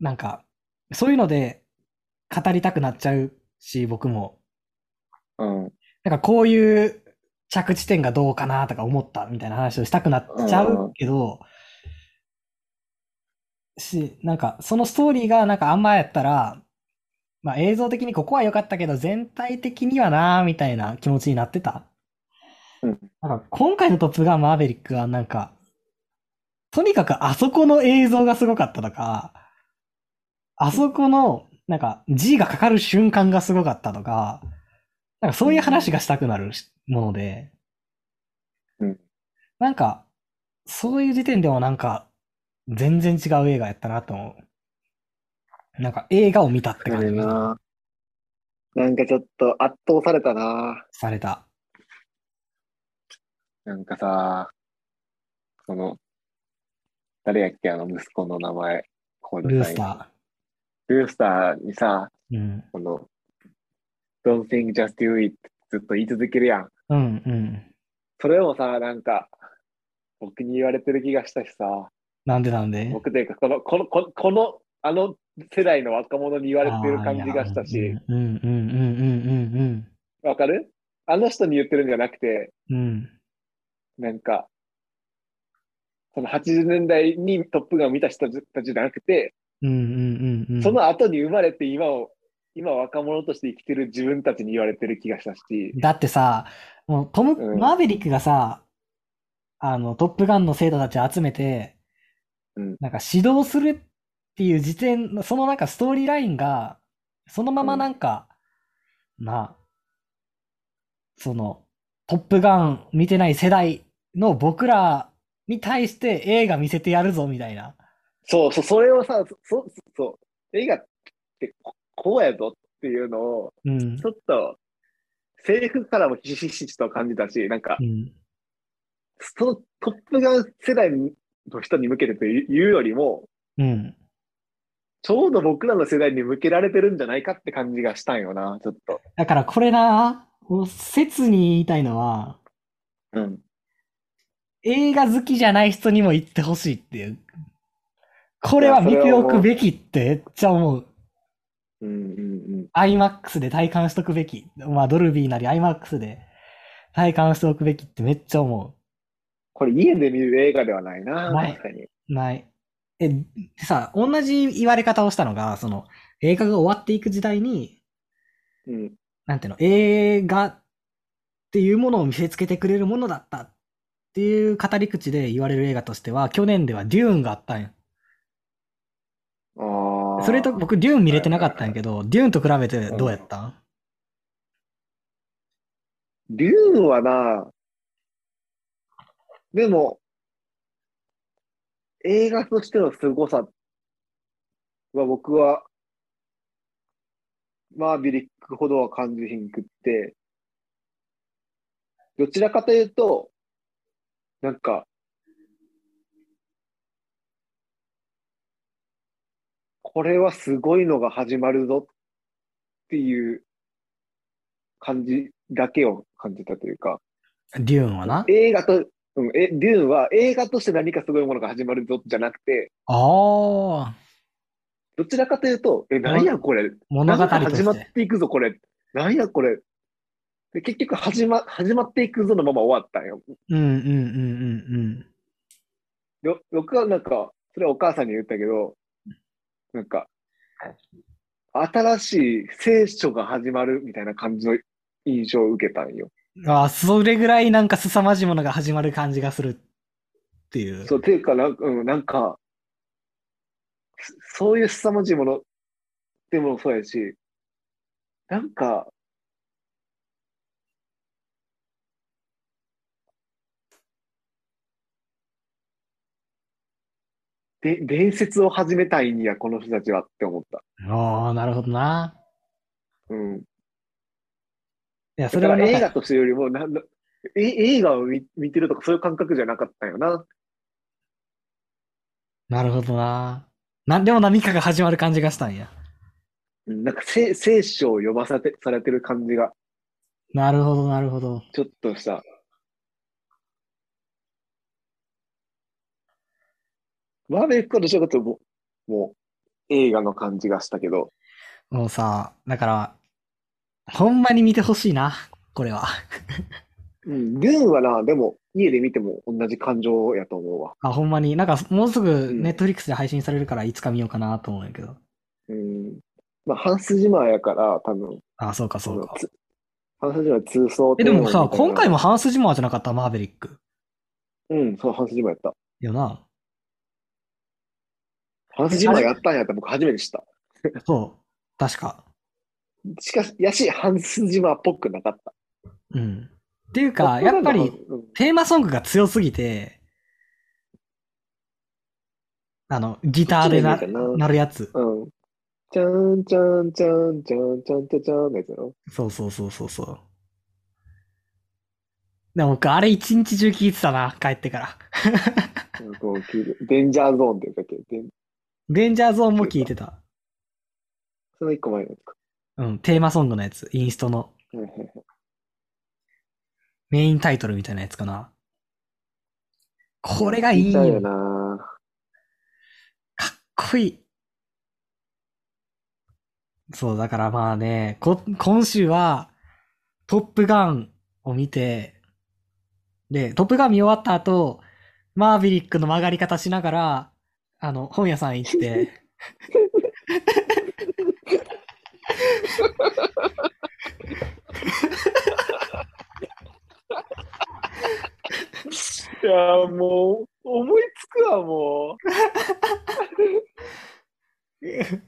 なんか、そういうので語りたくなっちゃうし、僕も。
うん。
なんかこういう着地点がどうかなとか思ったみたいな話をしたくなっちゃうけど、し、なんかそのストーリーがなんかあんまやったら、まあ映像的にここは良かったけど全体的にはなーみたいな気持ちになってた。
うん
なんか今回のトップガンマーベリックはなんか、とにかくあそこの映像がすごかったとか、あそこの、なんか G がかかる瞬間がすごかったとか、なんかそういう話がしたくなるしもので、
うん
なんか、そういう時点でもなんか、全然違う映画やったなと思う。なんか映画を見たって
な
感じ
る
が
な。なんかちょっと圧倒されたな。
された。
なんかさ、その、誰やっけ、あの息子の名前、コー
ル
ル
ー
サイ
ス
ン
タ
ルースターにさ、
ー。うん。
この、Don't think just do it ってずっと言い続けるやん。
うんうん。
それもさ、なんか、僕に言われてる気がしたしさ、
なんでなんで
僕というか、この、この、ここの、あの世代の若者に言われてる感じがした
あーい
し
や、うんうんうんうん
わかるあの人に言ってるんじゃなくて、
うんうん。うん。
なんか、その80年代にトップガンを見た人たちじゃなくて、
うんうんうんうん。
その後に生まれて今を、今若者として生きてる自分たちに言われてる気がしたし、
だってさ、もうトム、
うん
マーヴェリックがさ、あの、トップガンの生徒たちを集めて、
うん
なんか指導するっていう時点の、そのなんかストーリーラインが、そのままなんか、な、その、トップガン見てない世代の僕らに対して映画見せてやるぞみたいな。
そうそう、それをさ、そそうそう、映画ってここうやぞっていうのを、
うん
ち。ょっと、制服からもひしひしと感じたし、なんか
う、ん。
そのトップガン世代の人に向けてというよりも、
うん。
ちょうど僕らの世代に向けられてるんじゃないかって感じがしたんよな、ちょっと。
だからこれな、もう切に言いたいのは、
うん。
映画好きじゃない人にも言ってほしいっていう。これは見ておくべきってめっちゃ思う。
うんうんうん。
IMAX で体感しとくべき。まあドルビーなり IMAX で体感しておくべきってめっちゃ思
これ家で見る映画ではないな、
ない
確かに。
う。ない。え、でさ、同じ言われ方をしたのが、その映画が終わっていく時代に、
うん。
なんていうの、映画っていうものを見せつけてくれるものだったっていう語り口で言われる映画としては、去年ではデューンがあったんよ。
ああ。
それと、僕、デューン見れてなかったんやけど、デューンと比べてどうやったん
リュウはな、でも、映画としての凄さは僕は、マーヴィリックほどは感じひんくって、どちらかというと、なんか、これはすごいのが始まるぞっていう感じだけを感じたというか、
デューンはな。
映画と、うん、え、デューンは映画として何かすごいものが始まるぞじゃなくて、
ああ、
どちらかというと、え、何やこれ、
物語と
なんか始ま
し。
ってていくぞこれ、何やこれ。で結局始ま、始まっていくぞのまま終わったんよ。
うんうんうんうん
よ僕はなんか、それはお母さんに言ったけど、なんか、新しい聖書が始まるみたいな感じの印象を受けたんよ。
ああ、それぐらいなんか凄まじいものが始まる感じがするっていう。
そう、ていうか、なんか、うん、なんか、すそういう凄まじいものでもそうやし、なんか、で、伝説を始めたいんや、この人たちはって思った。
ああ、なるほどな。
うん。
いや、そ
だ
れ
か
は
ら
なんか
映画としてよりもなんだ、え映画を見見てるとかそういう感覚じゃなかったんよな。
なるほどな。なんでも何かが始まる感じがしたんや。
うんなんか聖聖書を読まさてされてる感じが
なるほど、なるほど。
ちょっとした。マーベリックはどちらかというともうもう映画の感じがしたけど、
もうさ、だから、ほんまに見てほしいな、これは。
うん、ドゥーンはな、でも家で見ても同じ感情やと思うわ。
あ、ほんまに。なんか、もうすぐ
ん
ネットフリックスで配信されるから、いつか見ようかなと思うんやけど。
うん。まあ、半筋前やから、多分、
あ、そうか、そうか。
つ半筋前通奏
え、でもさ、今回
も。
もハンスジモアじゃなかった、マーベリック。
うん、そう、半筋前やった。
よな。
半筋前やったんやって僕初めて知った。
そう。確か。
しかし、やし、半筋前っぽくなかった。
うん。っていうか、やっぱり、
うん
テーマソングが強すぎて、あの、ギターでな
そっちのイメージかな
なるやつ。
うん。ちゃんちゃんちゃんちゃんちゃんちゃんちゃんのやつやろ。
そうそうそうそうそう。でも僕、あれ一日中聞いてたな、帰ってから。
うんこう聞いてデンジャーゾーンっていうかけ、デン
デンジャーゾーンも聞いてた。
その一個前のやつか。
うん、テーマソングのやつ、インストの
はいはいはい
メインタイトルみたいなやつかな。 *laughs* これがい
聞
い
ちゃう
よ
よ。な
かっこいい。そう、だからまあね、こ、今週は、トップガンを見て、で、トップガン見終わった後、マーヴィリックの曲がり方しながら、あの、本屋さん行って、
いやもう、思いつくわ、も
*laughs*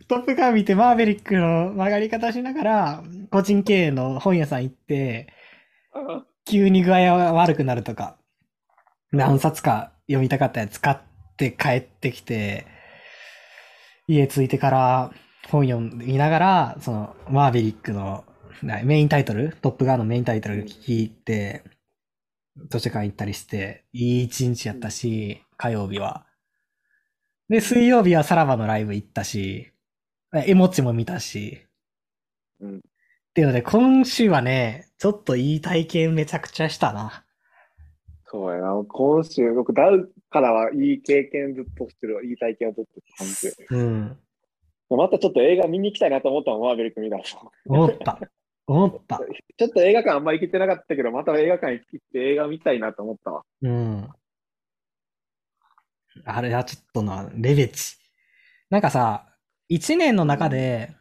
トップガン見てマーヴェリックの曲がり方しながら、個人経営の本屋さん行って、
う。
急に具合が悪くなるとか、何冊か読みたかったやつ買って帰ってきて、家着いてから本読みながら、そのマーヴェリックのなメインタイトル、トップガンのメインタイトル聞いて、図書館行ったりして、いい一日やったし、火曜日は。で、水曜日はさらばのライブ行ったし、絵文字も見たし、っていうので、今週はね、ちょっといい体験めちゃくちゃしたな。
そうやな。今週、僕、ダウからはいい経験ずっとしてるわ。いい体験をずっとしてたんで。
うん。
またちょっと映画見に行きたいなと思ったもん、マーベリック見たの。ち
思った。思った。
ょっと映画館あんま行けてなかったけど、また映画館行って映画見たいなと思ったわ。
うん。あれはちょっとな、レベチ。なんかさ、一年の中で、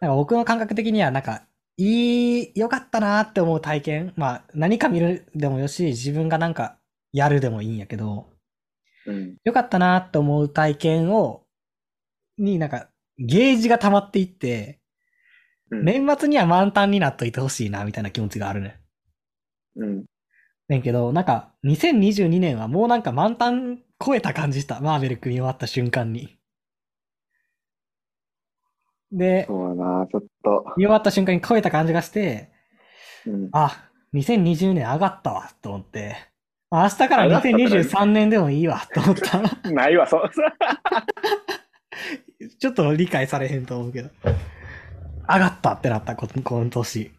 なんか僕の感覚的には、なんか、いい、良かったなって思う体験。まあ、何か見るでもよし、自分がなんか、やるでもいいんやけど、
うん。
良かったなって思う体験を、になんか、ゲージが溜まっていって、
うん
年末には満タンになっといてほしいな、みたいな気持ちがあるね。
うん。
ねんけど、なんか、2022年はもうなんか満タン超えた感じした。マーベル組み終わった瞬間に。で、
そうやな。ちょっと。
見終わった瞬間に超えた感じがして、
うん。
あ、2020年上がったわ、と思って。あ明日から
上がったから
2023年でもいいわ、と思った。 *laughs*
*laughs* ないわ、そう。
ちょっと理解されへんと思うけど。上がったってなった、こ今年。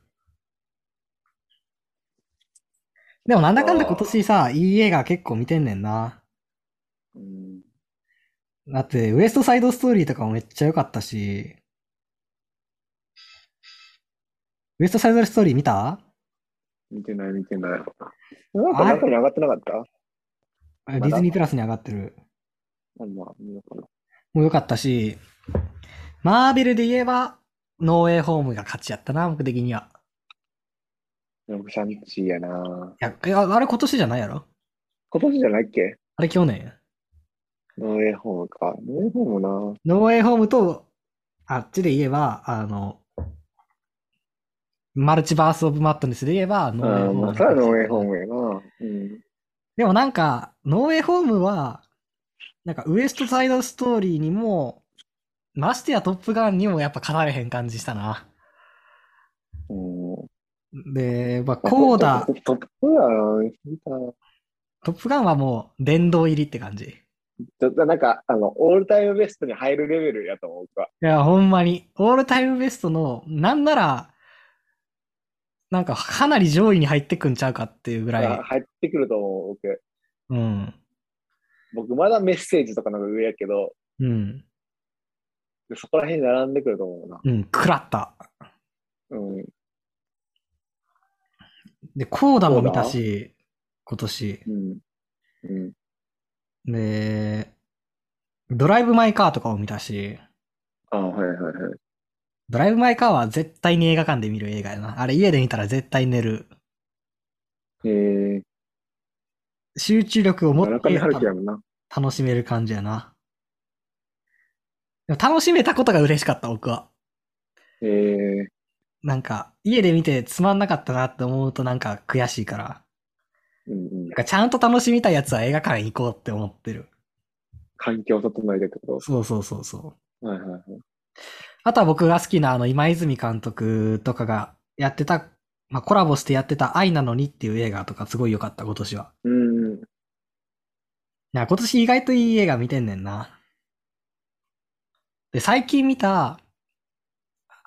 でもなんだかんだ今年さ、いい映画結構見てんねんな。
うん。
だって、ウエストサイドストーリーとかもめっちゃ良かったし。ウエストサイドストーリー見た
見てない、見てない。なんか中に上がってなかった
あれディズニープラスに上がってる。
あまあ、見ようかな。
もう良かったし、マーベルで言えば、ノーウェイホームが勝ちやったな、僕的には。
でもシャンチーやな。
いや、いやあれ今年じゃないやろ
今年じゃないっけ
あれ去年や。
ノーウェイホームか。ノーウェイホームな。
ノーウェイホームと、あっちで言えば、あの、マルチバース・オブ・マットネスで言えば、ノーウェイホ
ああ、
ーム。
まあ、それはノーウェイホームやな。うん。
でもなんか、ノーウェイホームは、なんかウエストサイドストーリーにも、ましてやトップガンにもやっぱ勝たれへん感じしたな。
うん
で、まあ、コーダ、
トップトップトップだな
トップガンはもう殿堂入りって感じ。い
ちょっとなんか、あの、オールタイムベストに入るレベルやと思うか。
や、ほんまに、オールタイムベストの、なんなら、なんかかなり上位に入ってくんちゃうかっていうぐらい。
入ってくると思う、僕。
うん。
僕、まだメッセージとかの方が上やけど、
うん。
そこら辺に並んでくると思うな。
うん、食らった。
うん。
で、コーダも見たし、今年。
うん。うん。
で、ドライブ・マイ・カーとかも見たし、
ああ、はいはいはい。
ドライブ・マイ・カーは絶対に映画館で見る映画やな。あれ家で見たら絶対寝る。
ええ
集中力を持
ー、
っ
村
て
上春樹やもんな。
楽しめる感じやな。でも楽しめたことが嬉しかった、僕は。
ええ
なんか、家で見てつまんなかったなって思うとなんか悔しいから。
ー、うんうん
なん。かちゃんと楽しみたいやつは映画館行こうって思ってる。
環境を整えていくこ
そうそうそうそう。
と。はいはいはい。
あとは僕が好きなあの今泉監督とかがやってた、まあ、コラボしてやってた愛なのにっていう映画とかすごい良かった今年は。
うんうん。
いや、今年意外といい映画見てんねんな。で、最近見た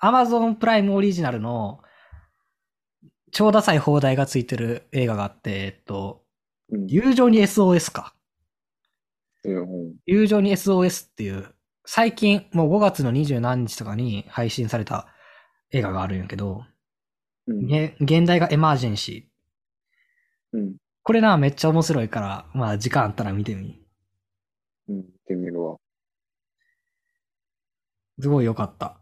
Amazon プライムオリジナルの超ダサい放題がついてる映画があって、えっと、
うん
友情に SOS か。
うん。
友情に SOS っていう、最近もう5月の二十何日とかに配信された映画があるんやけど、
うん。
げ現代がエマージェンシー。
うん。
これな、めっちゃ面白いから、まあ時間あったら見てみ。
うん。行ってみるわ。
すごい良かった。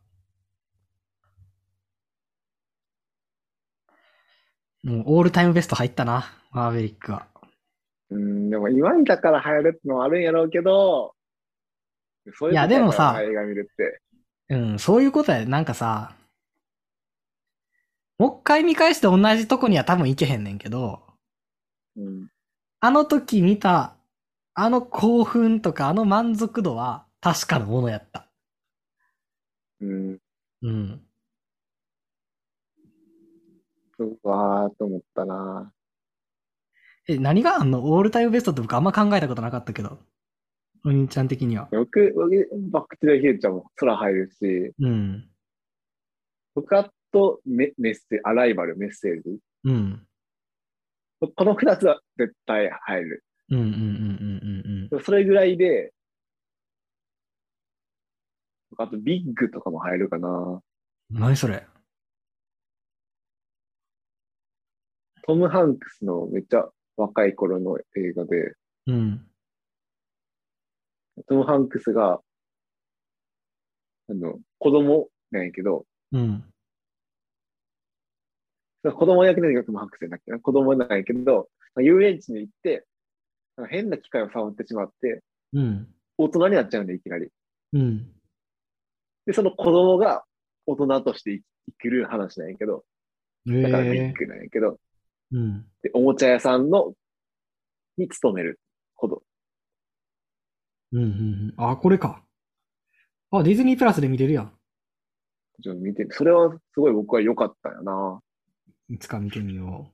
もうオールタイムベスト入ったな、マーベリックは。
うん。でも、今にだから入るってのはあるんやろうけど、そういうこと
いやでもさ
から映画見るって。
うん、そういうことや。なんかさ、もう一回見返して同じとこには多分行けへんねんけど、
うん。
あの時見た、あの興奮とかあの満足度は確かなものやった。
うん。
うん。
うわーと思ったな。
え、何があんのオールタイムベストって僕あんま考えたことなかったけど。お兄ちゃん的には。
よく、僕バックトゥザフューチャーも空入るし、
うん。
僕あとメメッセージ、アライバル、メッセージ。
うん。
この二つは絶対入る。
うんうんうんうん
でもそれぐらいで、あとビッグとかも入るかな。
うん。何それ
トム・ハンクスのめっちゃ若い頃の映画で、
うん。
トム・ハンクスが、あの、子供なんやけど、
うん。
子供役の時がトム・ハンクスじゃなくてな、子供なんやけど、遊園地に行って、なんか変な機械を触ってしまって、
うん。
大人になっちゃうんで、いきなり。
うん。
で、その子供が大人として生きる話なんやけど、だからビッ
ええ
グなんやけど、
うん。
で、おもちゃ屋さんの、に勤めるほど。
うんうんうん。あ、これか。あ、ディズニープラスで見れるやん。
ちょっと見て、それはすごい僕は良かったよな。
いつか見てみよ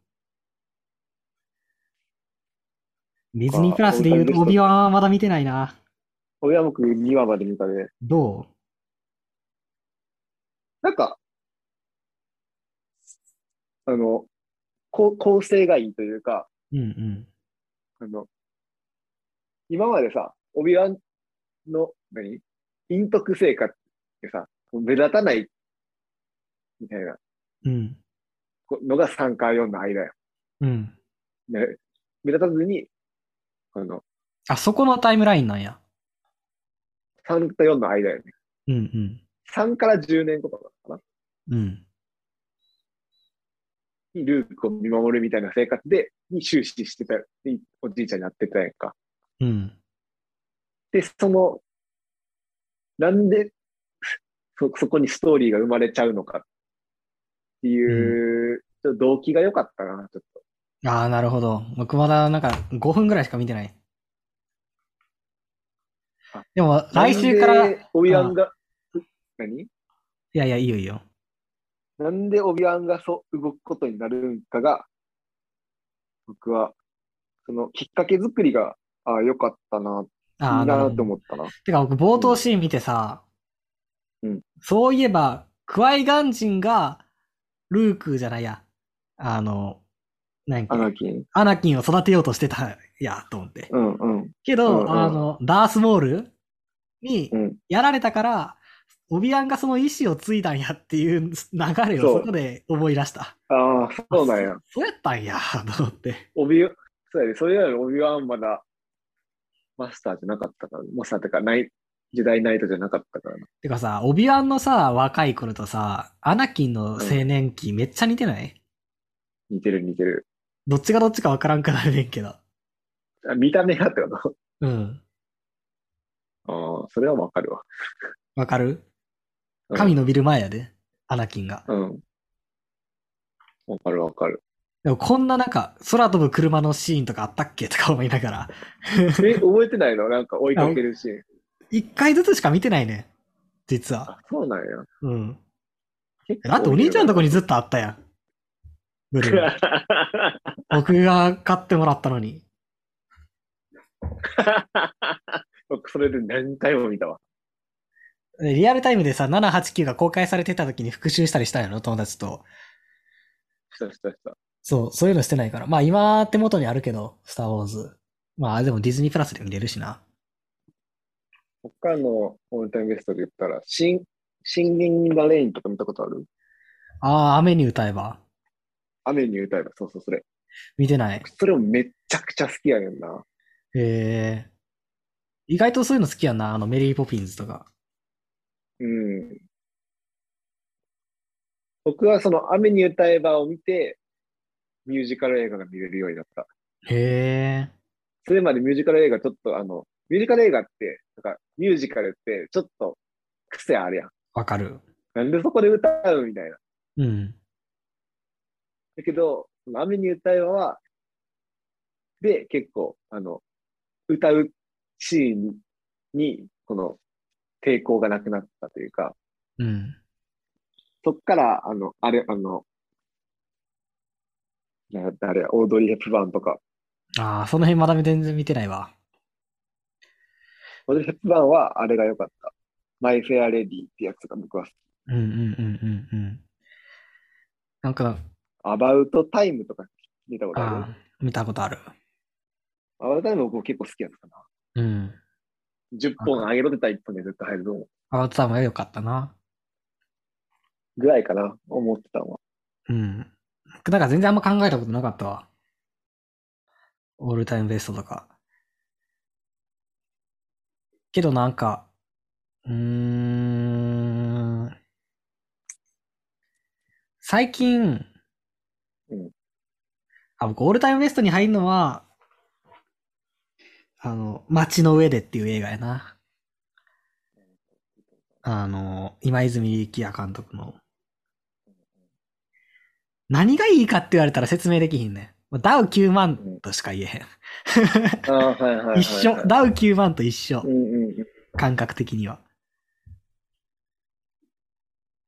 う。ディズニープラスで言うと、
オールタイムベス
帯
ト
はまだ見てないな。
親もく2話まで見たで、
ど
なんか、あの、こう構成がいいというか、
ううん
あの、今までさ、オビワンの、何陰徳成果ってさ、目立たない、みたいな
うん。うん。
のが3から4の間よ。
うん。
ね目立たずに、あの、
あ、そこのタイムラインなんや。
3と4の間よね。
うん
3から10年後とかかな。
うん。うん。
にルークを見守るみたいな生活で、に終始してた、におじいちゃんになってたやんか。
うん。
で、その、なんで、そ、そこにストーリーが生まれちゃうのかっていう、ちょっと動機が良かったな、ちょっと。
ああ、なるほど。僕まだなんか5分ぐらいしか見てない
あ。
でも来週か
な
ら、
ん
い
でオビアンが、何
やいや、いいよいいよ。
なんでオビアンがそう動くことになるんかが、僕は、そのきっかけ作りが、ああ、良かったな、
あ
い
あ、
い
なる
な
ほ
と
ど。
思ったな。
てか僕冒頭シーン見てさ、
うん
そういえば、クワイガン人が、ルークじゃないや、あの、なん
アナ
か、
キン。
アナキンを育てようとしてたや、と思って。
うんうん。
けど、
うんうん
あの、ダースモールに
うん。
やられたから、オビアンがその意志を継いだんやっていう流れを
そう
そこで思い出した。
ああ、そうなんや
あ。そそうやったんや、と思って。
オビュ、そうやで、それよりオビワンまだマスターじゃなかったから、マスターってか、ない、時代ナイトじゃなかったからな。
てかさ、オビワンのさ、若い頃とさ、アナキンの青年期めっちゃ似てない、
似てる似てる。
どっちがどっちかわからんくなるねんけど。
あ見た目がってこ
うん。
とああ、それはわかるわ。
わかる
うん
髪伸びる前やで、アナキンが。
うん。わかるわ *laughs* かる。
でもこんななんか、空飛ぶ車のシーンとかあったっけとか思いながら、
え、覚えてないのなんか追いかけるシーン。
一回ずつしか見てないね。実は。
あ、そうなんや。
うん。
結構
だってお兄ちゃんのとこ
に。
にずっとあったやん。ブルー。僕が買ってもらったのに。
*laughs* 僕、それで何回も見たわ。
えリアルタイムでさ、789が公開されてた時に復習したりしたんやろ友達と。
したしたした。
そう、そういうのしてないから。まあ今手元にあるけど、スターウォーズ。まあでもディズニープラスで見れるしな。
他のオールタイムベストで言ったら、シン、シンギング・イン・ザ・レインとか見たことある
ああ、雨に歌えば。
雨に歌えば、そうそう、それ。
見てない。
それもめっちゃくちゃ好きやねんな。
ええ意外とそういうの好きやんな。あのメリーポピンズとか。
うん。僕はその雨に歌えばを見て、ミュージカル映画が見れるようになった。
へえ。
それまでミュージカル映画ちょっとあの、ミュージカル映画って、なんかミュージカルってちょっと癖あるやん。
わかる。
なんでそこで歌うみたいな。
うん。
だけど、その雨に歌えばは、で、結構、あの、歌うシーンに、この、抵抗がなくなったというか、
うん。
そっから、あの、あれ、あの、な誰や、オードリー・ヘプバーンとか、
ああ、その辺まだ全然見てないわ。
オードリー・ヘプバーンはあれが良かった。マイ・フェア・レディってやつが僕は好き、
うんうんうんうんうん。なんか、
アバウト・タイムとか見たことあ
あ
る
あ、見たことある。
アバウト・タイム僕も結構好きやったな。
うん。
10本あげろってたら1本で絶対入ると思う
アバターも良かったな。
ぐらいかな、思ってたのは。
うん。なんか全然あんま考えたことなかったわ。オールタイムベストとか。けどなんか、うーん。最近、
うん
あ、僕、オールタイムベストに入るのは、あの、街の上でっていう映画やな。あの、今泉力也監督の。何がいいかって言われたら説明できひんねん。まあダウ9万としか言えへん。
ああ、はいはいはい、はい。
一緒。ダウ9万と一緒
う。んうんうん。
感覚的には。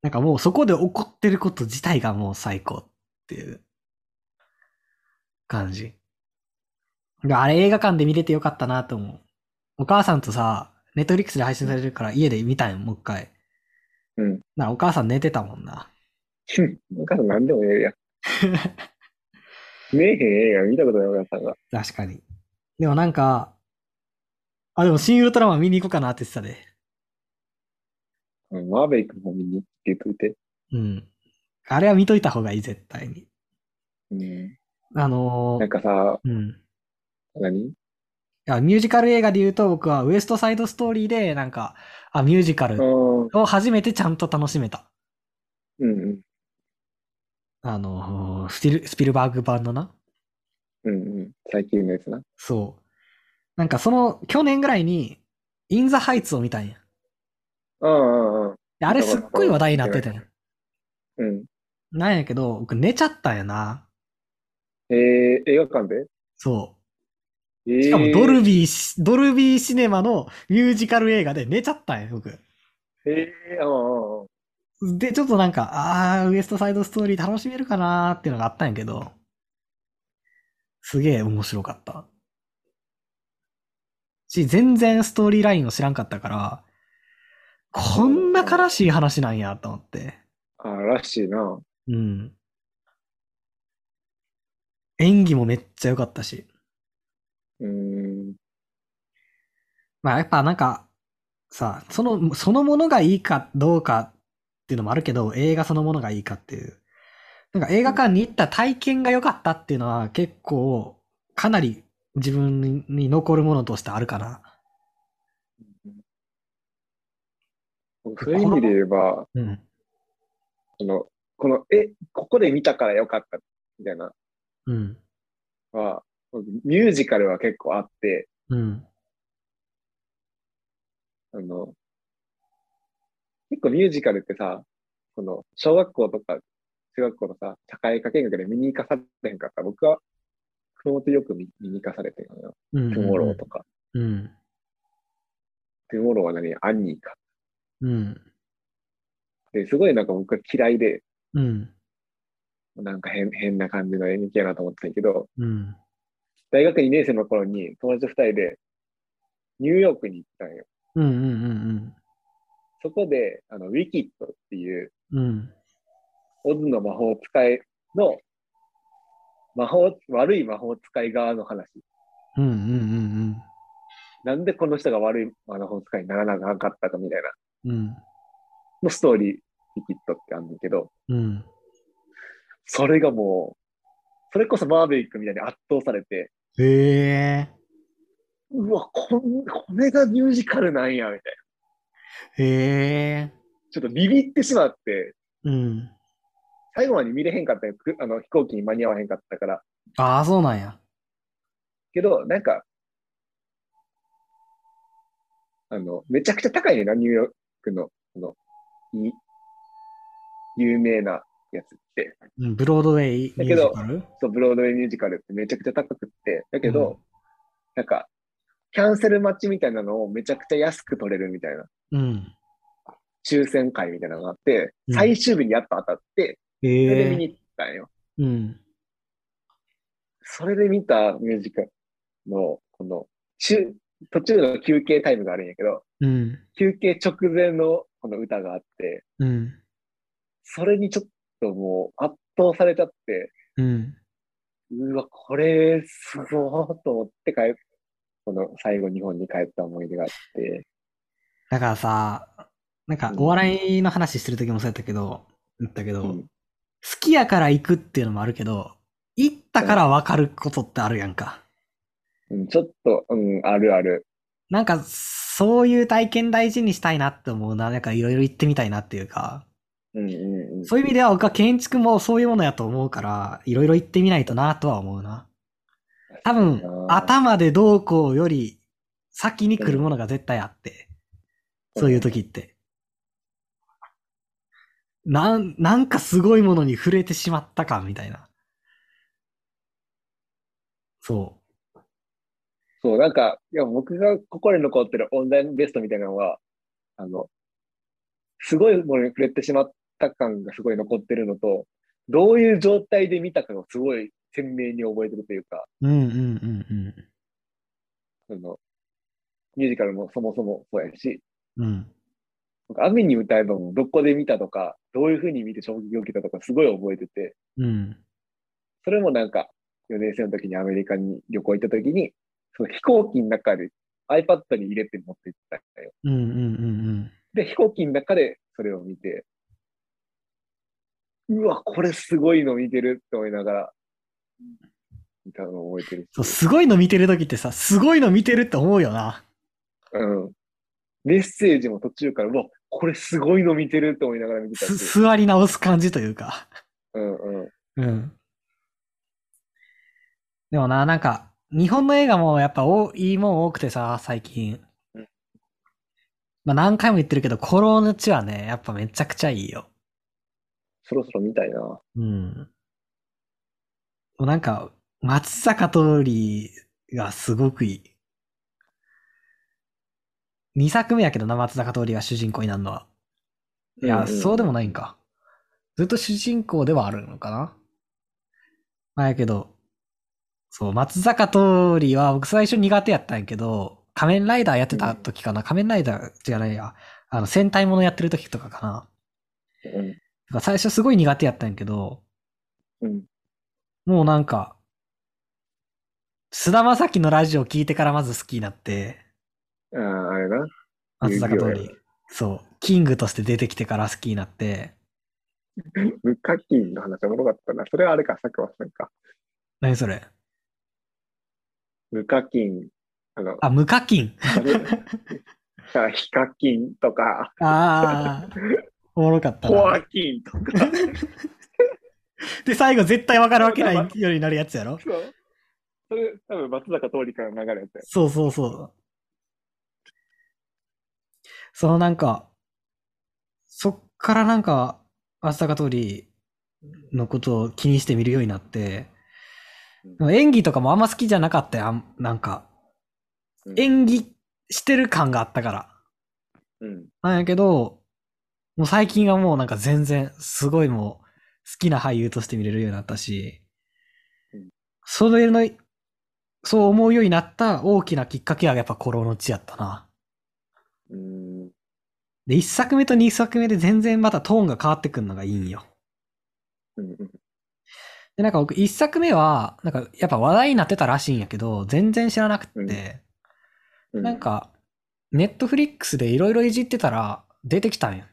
なんかもうそこで起こってること自体がもう最高っていう感じ。であれ映画館で見れてよかったなと思う。お母さんとさ、ネットフリックスで配信されるから家で見たいもう一回。
うん。
ならお母さん寝てたもんな。
お母さん *laughs* 何でも言える
*laughs*
やん。見えへん映画見たことないお母さんが。
確かに。でもなんか、あ、でも新ウルトラマン見に行こうかなって言ってたで。
うんマーベイクも見に行って言っといて。
うん。あれは見といた方がいい、絶対に。
うん。
あのー
なんかさ、
うん。
何
いやミュージカル映画で言うと僕はウエストサイドストーリーでなんか、あ、ミュージカ
う
ル
ん。うん
を初めてちゃんと楽しめた。
うん。
あの、スピルスピルバーグ版のな、
うんうん。最近のやつな。
そう。なんかその、去年ぐらいに、インザハイツを見たんや。
うんうんうん。
であれすっごい話題になってたんや。
うん。
なんやけど、僕寝ちゃったんやな。
えー、映画館で
そ
えー
う。しかもドルビーし、ドルビーシネマのミュージカル映画で寝ちゃったんや、僕。
えー、うんうんうん。
で、ちょっとなんか、あー、ウエストサイドストーリー楽しめるかなーっていうのがあったんやけど、すげえ面白かった。し、全然ストーリーラインを知らんかったから、こんな悲しい話なんやと思って。
あー、らしいな。
うん。演技もめっちゃ良かったし。
うん。
まあやっぱなんか、さ、その、そのものがいいかどうかっていうのもあるけど、映画そのものがいいかっていう。なんか映画館に行った体験が良かったっていうのは結構、かなり自分に残るものとしてあるかな。
僕そういう意味で言えば、
うん。
この、この、え、ここで見たからよかった、みたいな
うん。
のは、僕ミュージカルは結構あって、
うん。
あの、結構ミュージカルってさ、この、小学校とか、中学校のさ、社会科見学で見に行かされへんかった。僕は、熊本よく見見に行かされてるのよ。
うん。
トゥモローとか。
うん。
トゥモローは何アンニーか。
うん。
で、すごいなんか僕は嫌いで、
うん。
なんか変、変な感じの演劇やなと思ってたけど、
うん。
大学2年生の頃に友達と2人でニューヨークに行ったんよ。
うん。うん。うん。
そこで、あの、ウィキッドっていう、
うん。
オズの魔法使いの、魔法、悪い魔法使い側の話。
うん。うん。うん。
なんでこの人が悪い魔法使いにならなかったかみたい
う
な、
ん。
のストーリー、ウィキッドってあるんだけど、
うん。
それがもう、それこそマーベリックみたいに圧倒されて、
へえ。
うわ、こん、これがミュージカルなんや、みたいな。
へえ。
ちょっとビビってしまって、
うん。
最後まで見れへんかったよ。くあの、飛行機に間に合わへんかったから。
ああ、そうなんや。
けど、なんか、あの、めちゃくちゃ高いねんな、ニューヨークの、その、い、有名なやつって。
うん、ブロードウェイミュージカル
そう、ブロードウェイミュージカルってめちゃくちゃ高くって。だけど、なんか、キャンセル待ちみたいなのをめちゃくちゃ安く取れるみたいな、
うん。
抽選会みたいなのがあって
う、ん
最終日にやっと当たって、それで
へ
見に
え。
行ったんよ。
うん。
それで見たミュージカルの、この、中、途中の休憩タイムがあるんやけど、
うん。
休憩直前のこの歌があって、
うん。
それにちょっともう圧倒されちゃって、
うん。
うわ、これ、すごーと思って帰っこの最後日本に帰った思い出があって、
だからさ、なんかお笑いの話してる時もそうやったけど、言ったけど、
う
好
ん
きやから行くっていうのもあるけど、行ったから分かることってあるやんか。
うん、ちょっと、うん、あるある。
なんか、そういう体験大事にしたいなって思うな。なんかいろいろ行ってみたいなっていうか、
うんうんうん。
そういう意味では僕は建築もそういうものやと思うから、いろいろ行ってみないとなとは思うな。多分
う、ん
頭でどうこうより先に来るものが絶対あって、
うん
そういう時って。なん、なんかすごいものに触れてしまったか、みたいな。そ
そう、なんか、いや、僕が心に残ってるオンラインベストみたいなのは、あの、すごいものに触れてしまった感がすごい残ってるのと、どういう状態で見たかがすごい鮮明に覚えてるというか、
う。うんうんうん
あの、ミュージカルもそもそもそうやし、
うん。うん。
僕雨に歌えばもどこで見たとか、どういう風に見て衝撃を受けたとかすごい覚えてて、
うん。
それもなんか、4年生の時にアメリカに旅行行った時に、その飛行機の中で iPad に入れて持って行ったんだよ。
うんうんうん
で、飛行機の中でそれを見て、うわ、これすごいの見てるって思いながら、見たのを覚えてるし
そう、すごいの見てる時ってさ、すごいの見てるって思うよな。
うん。メッセージも途中から、うわ、これすごいの見てるって思いながら見てた
す *laughs*
し、
座り直す感じというか。
うんうん。
うん。でもな、なんか、日本の映画もやっぱおいいもん多くてさ、最近
うん。
まあ何回も言ってるけど、コロの地はね、やっぱめちゃくちゃいいよ。
そろそろ見たいな。
うん。もうなんか、松坂桃李がすごくいい。2作目やけどな、松坂桃李が主人公になるのは。いや、
んん
そうでもないんか。ずっと主人公ではあるのかなまあやけど、そう、松坂桃李は僕最初苦手やったんやけど、仮面ライダーやってた時かな、仮面ライダー違うないや、あの、戦隊ものやってる時とかかな。
うん。
なんか最初すごい苦手やったんやけど、
うん。
もうなんか、菅田将暉のラジオ聞いてからまず好きになって、
ああ、あれな。
松坂桃
遊
李。そう、キングとして出てきてから好きになって、
ブッカッキーの話おもろかったな。それはあれか、佐久間さんか。
何それ
無課金、
*laughs*
あの、
あ、無課金。
あれ *laughs* あ非課金とか、
ああ、 *laughs* おもろかった
コ
な。
ア金とか、
で、最後絶対わかるわけないようになるやつやろ
そう。それ、多分松坂桃李からの流れやったよ
そうそうそう。そのなんか、そっからなんか、松坂桃李のことを気にして見るようになって、でも演技とかもあんま好きじゃなかったよ、あんなんか。
うん
演技してる感があったから。
うん。
なんやけど、もう最近はもうなんか全然、すごいもう、好きな俳優として見れるようになったし
うん、
それの、そう思うようになった大きなきっかけはやっぱコロの地やったな。
うん。
で、1作目と2作目で全然またトーンが変わってくるのがいいんよ。
うん。
で、なんか僕1作目は、なんかやっぱ話題になってたらしいんやけど、全然知らなくって、
うん。
なんか、ネットフリックスでいろいろいじってたら出てきたんや。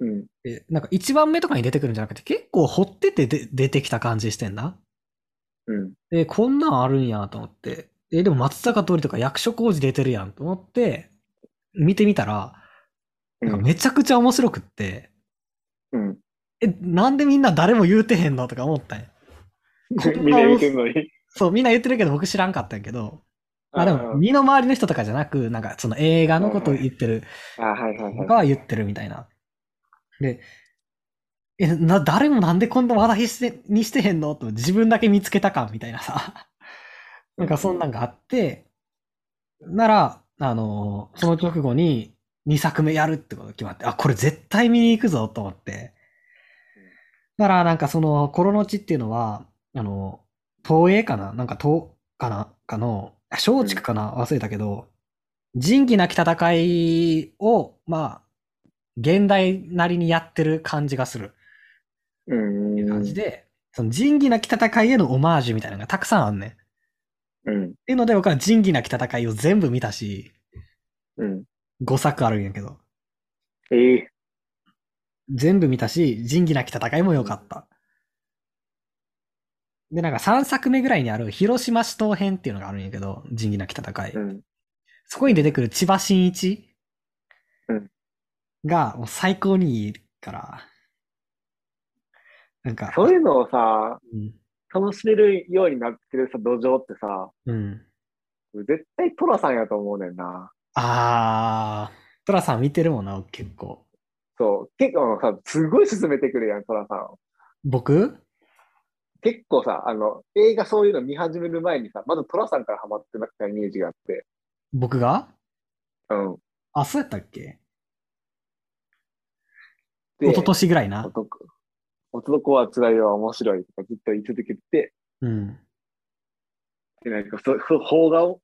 うん。
で、なんか1番目とかに出てくるんじゃなくて、結構掘っててで出てきた感じしてんな。
うん。
で、こんなんあるんやと思って。え、でも松坂通りとか役所工事出てるやんと思って、見てみたら、
う
なんか
ん。
めちゃくちゃ面白くって、
うん。
え、なんでみんな誰も言うてへんのとか思ったんや。
*laughs* みんな言うてんのに。
そう、みんな言ってるけど僕知らんかったんやけど、あ、でも
うん
身の回りの人とかじゃなく、なんかその映画のことを言ってる
あ、はいはい
とか
は
は言ってるみたいな。で、え、な、誰もなんでこんな話題してにしてへんのと自分だけ見つけたかみたいなさ。なんかそんなんがあって、なら、あの、その直後に2作目やるってことが決まって、あ、これ絶対見に行くぞと思って。なら、なんかその、コロの地っていうのは、あの、東映かななんか東かなかの、あ松竹かな忘れたけど、仁義なき戦いを、まあ、現代なりにやってる感じがする
い。うん。う
感じ
ん。
で、その仁義なき戦いへのオマージュみたいなのがたくさんあんねん。っ
うん。
ていうので僕は仁義なき戦いを全部見たし、
うん。
5作あるんやけど、
ええ。
全部見たし、仁義なき戦いも良かった。で、なんか3作目ぐらいにある広島市東編っていうのがあるんやけど、仁義なき戦い。
うん。
そこに出てくる千葉真一
うん
がもう最高にいいから、なんか、
そういうのをさ、
うん
楽しめるようになってるさ、土壌ってさ、
うん。
絶対トラさんやと思うねんな。
あー、トラさん見てるもんな、結構。
そう。結構さ、すごい進めてくるやん、トラさん。
僕
結構さ、あの、映画そういうの見始める前にさ、まずトラさんからハマってなかったイメージがあって。
僕が
うん。
あ、そうやったっけ
で、
一昨年ぐらいな。
男男は辛いよ、面白いとかずっと言い続けて、
うん。
で、なんか、そ、そ、邦画を、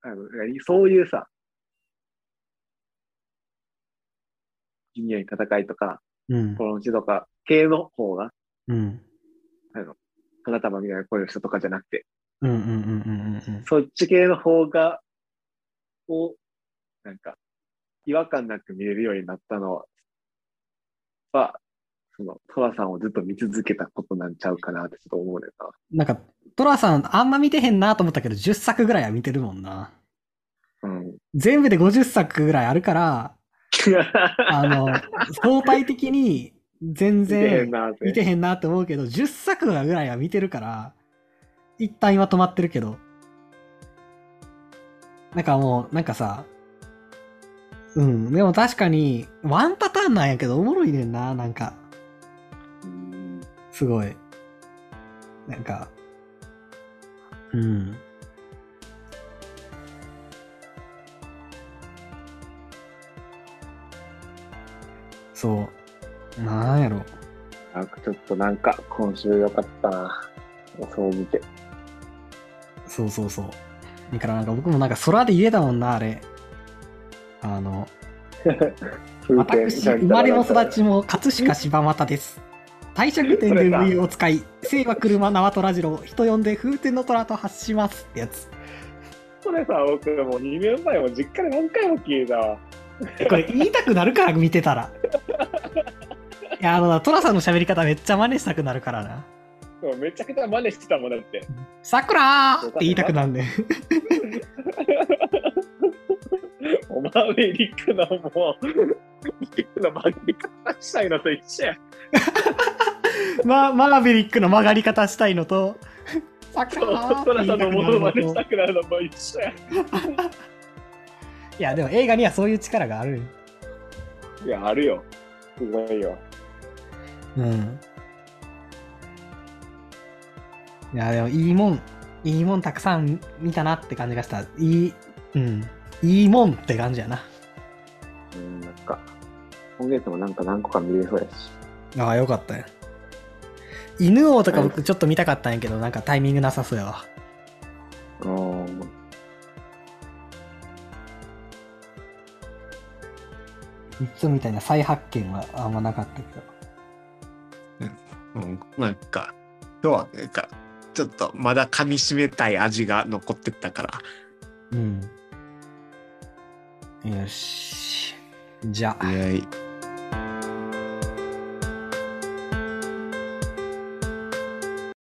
あの、何そういうさ、ジュニアに戦いとか、
うん
こ。のうちとか、系の方が、
うん。
花束みたいな声の人とかじゃなくて、
うんうんうんうんうんうん。
そっち系の方が、を、なんか、違和感なく見れるようになったのは、その、トラさんをずっと見続けたことなんちゃうかなってちょっと思うねんな。
なんか、トラさんあんま見てへんなと思ったけど、10作ぐらいは見てるもんな。 *laughs*
うん。
全部で50作ぐらいあるから、あの、相対的に全
見てへん
然
なーって。
見てへんなって思うけど、10作ぐらいは見てるから、一旦今止まってるけど、なんかもう、なんかさ、うん、でも確かに、ワンパターンなんやけど、おもろいねんな、なんか、
うん
すごい。なんか、うん。そう。なんやろ。
なんかちょっとなんか、今週良かったな。そう見て。
そうそうそう。だからなんか僕もなんか空で言えたもんな、あれ。あの、
風景
私、生まれも育ちも葛飾柴又です。帝釈天で部位を使い、生は車縄虎次郎、人呼んで風天の虎と発しますってやつ。
それさ、僕もう2年前も実家で何回も聞いたわ。
これ言いたくなるから、見てたら。いや、あのな、寅さんの喋り方めっちゃ真似したくなるからな。
でもめちゃくちゃ真似してたもんだって。
さくらーって言いたくなるねん。
お前リックのもう、リックの曲がり方したいのと一緒や。
ま、マーベリックの曲がり方したいのと、さくらーって言
トラ
い
さ
たく
ん
な
の
る
ものまね
の
し
と
た。くなるのも一緒や。
いや、でも映画にはそういう力があるよ。
いや、あるよ。すごいよ。
うん。いや、でもいいもん、いいもんたくさん見たなって感じがした。いい、うん。いいもんって感じやな。
うん、なんか、今月もなんか何個か見れそうやし。
ああ、よかったよ。犬王とか僕ちょっと見たかったんやけど、なんかタイミングなさそうやわ。
うん。
いつもみたいな再発見はあんまなかったけど。
うん、なんか今日はなんかちょっとまだ噛みしめたい味が残ってったから
うん。よし。じゃあ。
イエイ